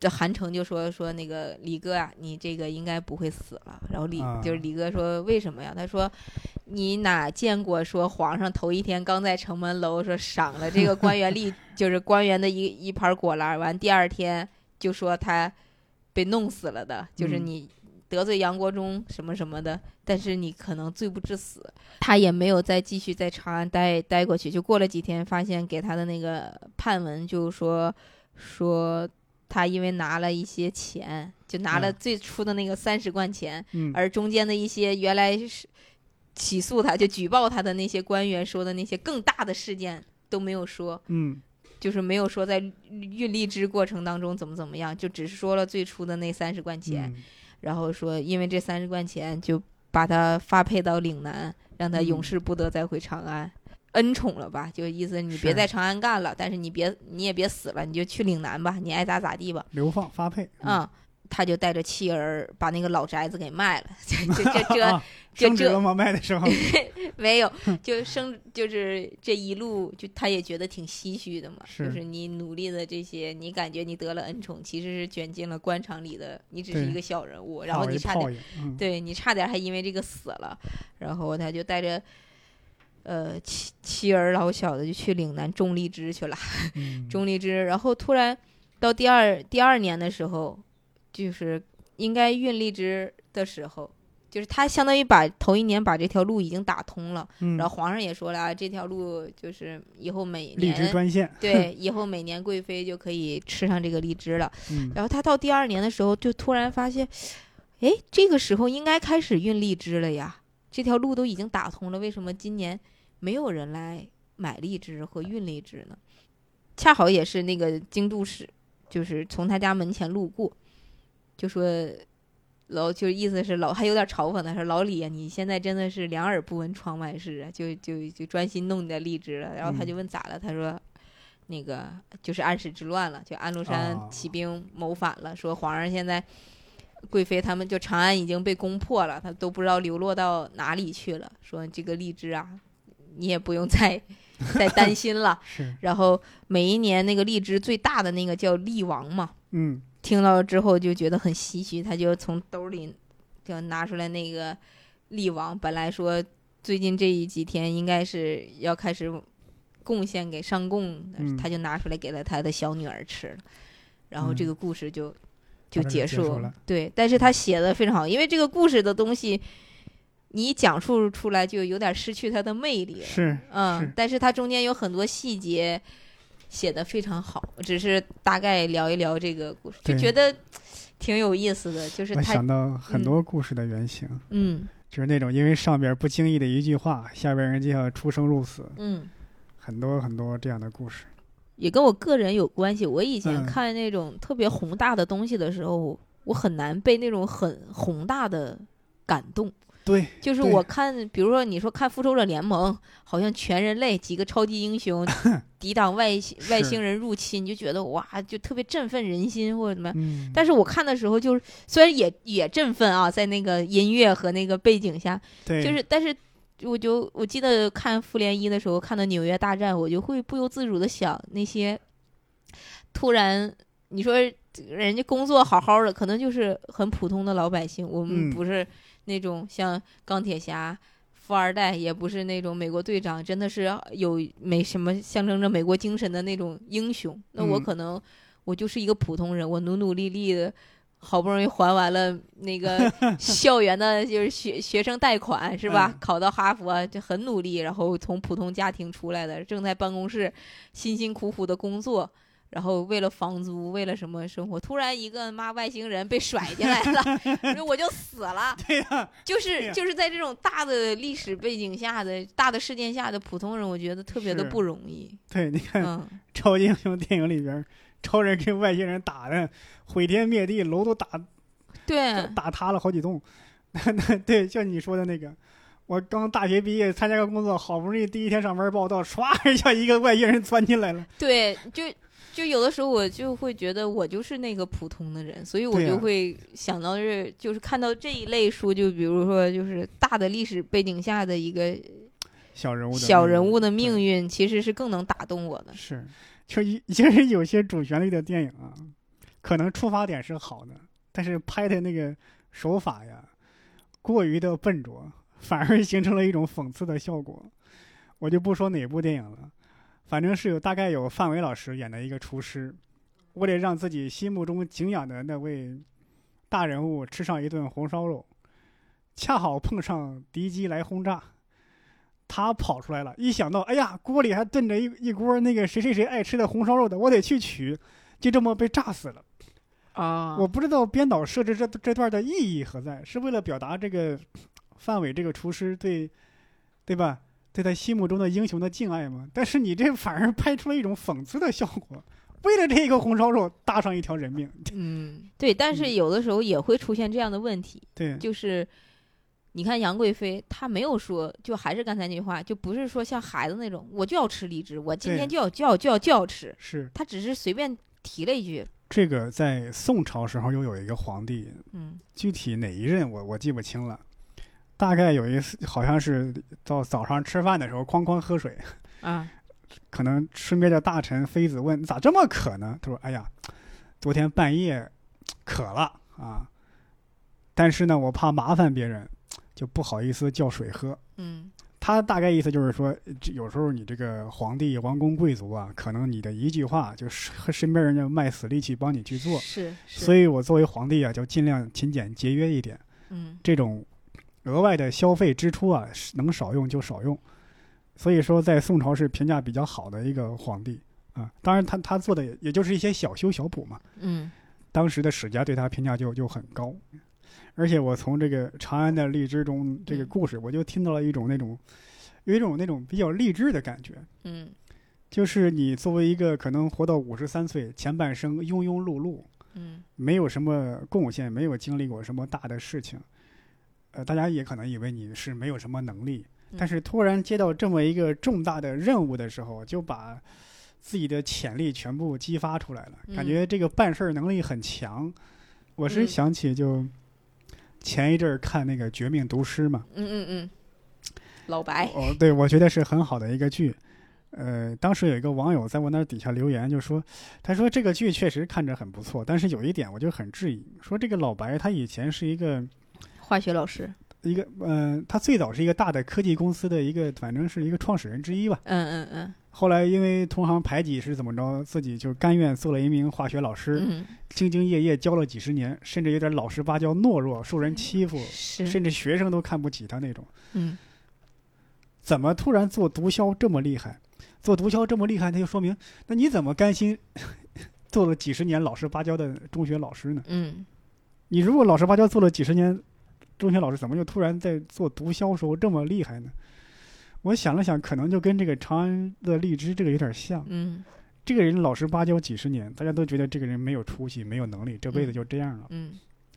这韩城就说说那个李哥啊，你这个应该不会死了。然后李、啊就是李哥说为什么呀？他说你哪见过说皇上头一天刚在城门楼说赏了这个官 员吏，就是官员的一一盘果篮儿，完第二天就说他被弄死了的，就是嗯你。得罪杨国忠什么什么的，但是你可能罪不至死，他也没有再继续在长安待待过去，就过了几天，发现给他的那个判文就说说他因为拿了一些钱，就拿了嗯最初的那个三十贯钱，嗯而中间的一些原来是起诉他就举报他的那些官员说的那些更大的事件都没有说，嗯就是没有说在运荔枝过程当中怎么怎么样，就只是说了最初的那三十贯钱。嗯然后说因为这三十贯钱就把他发配到岭南，让他永嗯世不得再回长安，恩宠了吧？就意思你别是在长安干了，但是你别你也别死了，你就去岭南吧，你爱咋咋地吧。流放发配嗯啊、他就带着妻儿把那个老宅子给卖了， 这这这这 啊，这升职这了吗？卖的时候没有，就生就是这一路就他也觉得挺唏嘘的嘛，是就是你努力的这些，你感觉你得了恩宠，其实是卷进了官场里的，你只是对一个小人物， 然后好你一差点泡影， 嗯对你差点还因为这个死了，然后他就带着呃妻妻儿老小的就去岭南种荔枝去了，嗯种荔枝，然后突然到第二第二年的时候，就是应该运荔枝的时候，就是他相当于把头一年把这条路已经打通了，嗯然后皇上也说了啊，这条路就是以后每荔枝年专线，对以后每年贵妃就可以吃上这个荔枝了。嗯然后他到第二年的时候，就突然发现，哎，这个时候应该开始运荔枝了呀，这条路都已经打通了，为什么今年没有人来买荔枝和运荔枝呢？恰好也是那个京都使，就是从他家门前路过，就说。老就是意思是老还有点嘲讽他说老李呀、你现在真的是两耳不闻窗外事啊，就就就专心弄你的荔枝了。然后他嗯就问咋了，他说那个就是安史之乱了，就安禄山啊起兵谋反了，说皇上现在贵妃他们就长安已经被攻破了，他都不知道流落到哪里去了。说这个荔枝啊，你也不用再 再担心了。是然后每一年那个荔枝最大的那个叫荔王嘛，嗯听到之后就觉得很唏嘘，他就从兜里就拿出来那个力王，本来说最近这一几天应该是要开始贡献给上贡的，嗯他就拿出来给了他的小女儿吃了，然后嗯这个故事就、就到这里结结束束了嗯对，但是他写的非常好，因为这个故事的东西你讲述出来就有点失去它的魅力了。是嗯是，但是它中间有很多细节写的非常好，我只是大概聊一聊这个故事，就对觉得挺有意思的，就是嗯我他想到很多故事的原型，嗯就是那种因为上边不经意的一句话，下边人就要出生入死，嗯，很多很多这样的故事。也跟我个人有关系。我以前嗯看那种特别宏大的东西的时候，我很难被那种很宏大的感动。对，就是对我看，比如说你说看《复仇者联盟》，好像全人类几个超级 英雄抵挡外星是外星人入侵，你就觉得哇，就特别振奋人心或者怎么样。嗯，但是我看的时候，就是虽然也也振奋啊，在那个音乐和那个背景下，对，就是但是我就我记得看《复联一》的时候，看到纽约大战，我就会不由自主的想那些突然你说人家工作好好的，可能就是很普通的老百姓，我们嗯不是那种像钢铁侠。富二代也不是那种美国队长，真的是有美什么象征着美国精神的那种英雄。那我嗯可能我就是一个普通人，我努努力力的，好不容易还完了那个 校园的，就是学学生贷款是吧？嗯考到哈佛就很努力，然后从普通家庭出来的，正在办公室辛辛苦苦的工作，然后为了房租，为了什么生活，突然一个妈外星人被甩进来 了，说我就死了。对呀、就对是呀就是在这种大的历史背景下的大的事件下的普通人，我觉得特别的是不容 易。对，你看、嗯，超级英雄电影里边，超人跟外星人打的毁天灭地，楼都打对，打塌了好几栋。 那那对，像你说的那个，我刚大学毕业，参加个工作，好不容易第一天上班报道，唰一下一个外星人钻进来了。对，就就有的时候我就会觉得我就是那个普通的人，所以我对呀啊就会想到这，就是看到这一类书，就比如说就是大的历史背景下的一个小人物的小人命运物的命运，其实是更能打动我的。是，就一就是有些主旋律的电影啊，可能出发点是好的，但是拍的那个手法呀，过于的笨拙，反而形成了一种讽刺的效果。我就不说哪部电影了，反正是有大概有范伟老师演的一个厨师，为了让自己心目中敬仰的那位大人物吃上一顿红烧肉，恰好碰上敌机来轰炸。他跑出来了，一想到，哎呀，锅里还炖着一一锅那个谁谁谁爱吃的红烧肉的，我得去取，就这么被炸死了。啊我不知道编导设置这这段的意义何在，是为了表达这个范伟这个厨师对，对吧？对他心目中的英雄的敬爱吗？但是你这反而拍出了一种讽刺的效果，为了这一个红烧肉搭上一条人命，嗯，对，但是嗯有的时候也会出现这样的问题，对，就是你看杨贵妃，她没有说，就还是刚才那句话，就不是说像孩子那种，我就要吃荔枝，我今对天就要就要就要就要吃，是她只是随便提了一句，这个在宋朝时候又有一个皇帝，嗯具体哪一任我我记不清了，大概有一次好像是到早上吃饭的时候哐哐喝水，啊，可能身边的大臣妃子问咋这么渴呢？他说：“哎呀，昨天半夜渴了啊，但是呢我怕麻烦别人，就不好意思叫水喝。”嗯他大概意思就是说，这有时候你这个皇帝、王公贵族啊，可能你的一句话，就是和身边人家卖死力气帮你去做。是，是所以我作为皇帝啊，就尽量勤俭节约一点。嗯这种额外的消费支出啊，是能少用就少用。所以说，在宋朝是评价比较好的一个皇帝啊。当然他，他做的也也就是一些小修小补嘛。嗯当时的史家对他评价就就很高。而且我从这个长安的荔枝中这个嗯故事，我就听到了一种那种有一种那种比较励志的感觉，嗯就是你作为一个可能活到五十三岁，前半生庸庸碌碌，嗯没有什么贡献，没有经历过什么大的事情，呃，大家也可能以为你是没有什么能力，嗯但是突然接到这么一个重大的任务的时候，就把自己的潜力全部激发出来了，感觉这个办事儿能力很强。我是嗯想起就前一阵儿看那个《绝命毒师》嘛，嗯嗯嗯，老白，哦，对，我觉得是很好的一个剧。呃，当时有一个网友在我那儿底下留言，就说，他说这个剧确实看着很不错，但是有一点我就很质疑，说这个老白他以前是一个化学老师，一个呃，他最早是一个大的科技公司的一个，反正是一个创始人之一吧。嗯嗯后来因为同行排挤是怎么着，自己就甘愿做了一名化学老师，嗯兢兢业业教了几十年，甚至有点老实巴交、懦弱、受人欺负嗯，，是，甚至学生都看不起他那种。嗯怎么突然做毒枭这么厉害？做毒枭这么厉害，那就说明，那你怎么甘心 做了几十年老实巴交的中学老师呢？嗯你如果老实巴交做了几十年中学老师，怎么就突然在做毒枭时候这么厉害呢？我想了想，可能就跟这个长安的荔枝这个有点像。嗯这个人老实巴交几十年，大家都觉得这个人没有出息、没有能力，这辈子就这样了。嗯，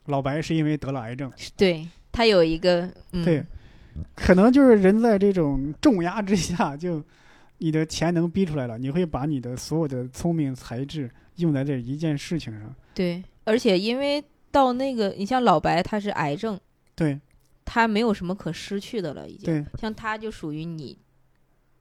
老白是因为得了癌症，是对他有一个，嗯、对，可能就是人在这种重压之下，就你的潜能逼出来了，你会把你的所有的聪明才智用在这一件事情上。对，而且因为到那个，你像老白他是癌症，对他没有什么可失去的了，已经。对，像他就属于你，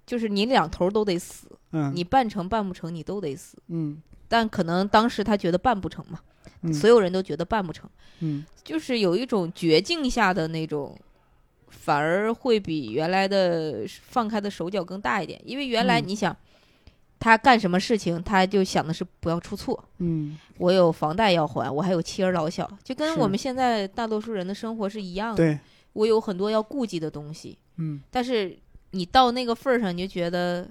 就是你两头都得死，嗯，你办成办不成你都得死。嗯但可能当时他觉得办不成嘛，嗯所有人都觉得办不成，嗯就是有一种绝境下的那种，反而会比原来的放开的手脚更大一点。因为原来嗯你想，他干什么事情，他就想的是不要出错，嗯，我有房贷要还，我还有妻儿老小，就跟是我们现在大多数人的生活是一样的。对，我有很多要顾忌的东西，嗯但是你到那个份儿上，你就觉得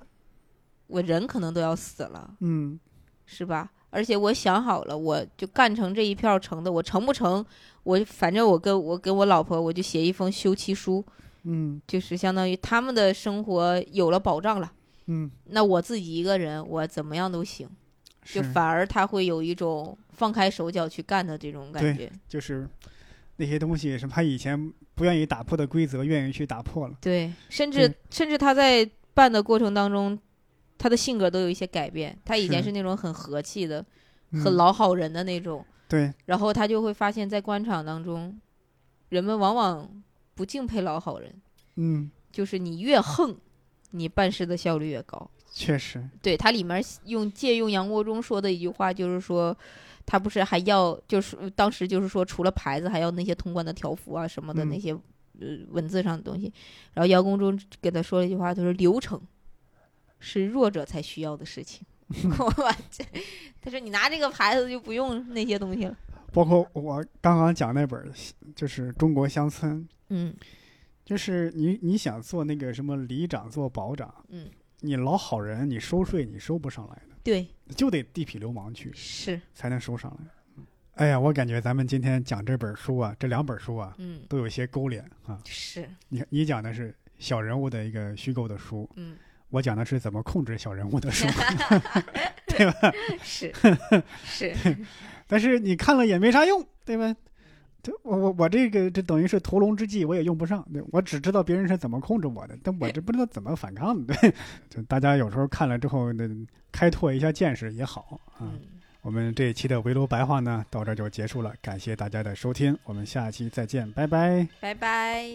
我人可能都要死了，嗯是吧？而且我想好了，我就干成这一票成的，我成不成，我反正我跟我跟我老婆，我就写一封休妻书，嗯就是相当于他们的生活有了保障了，嗯，那我自己一个人，我怎么样都行。就是反而他会有一种放开手脚去干的这种感对觉。就是那些东西是他以前不愿意打破的规则，愿意去打破了。对，甚至对甚至他在办的过程当中，他的性格都有一些改变。他以前是是那种很和气的、嗯很老好人的那种，对，然后他就会发现，在官场当中，人们往往不敬佩老好人，嗯，就是你越横，你办事的效率越高。确实，对，它里面儿用借用杨国忠说的一句话，就是说，他不是还要就是当时就是说，除了牌子，还要那些通关的条幅啊什么的嗯那些、呃文字上的东西。然后杨国忠给他说了一句话，他说：“流程是弱者才需要的事情。” 我把这，他说你拿这个牌子就不用那些东西了。包括我刚刚讲那本儿，就是《中国乡村》，嗯就是你你想做那个什么里长做保长，嗯，你老好人，你收税你收不上来的，对，就得地痞流氓去是，才能收上来。哎呀，我感觉咱们今天讲这本书啊，这两本书啊，嗯都有些勾连啊。是，你你讲的是小人物的一个虚构的书，嗯我讲的是怎么控制小人物的书。 是 是，但是你看了也没啥用，对吧？这我我我这个这等于是屠龙之计，我也用不上。对我只知道别人是怎么控制我的，但我这不知道怎么反抗的。对， 就大家有时候看了之后，那开拓一下见识也好啊。嗯，我们这一期的围炉白话呢，到这儿就结束了，感谢大家的收听，我们下期再见，拜拜。拜拜。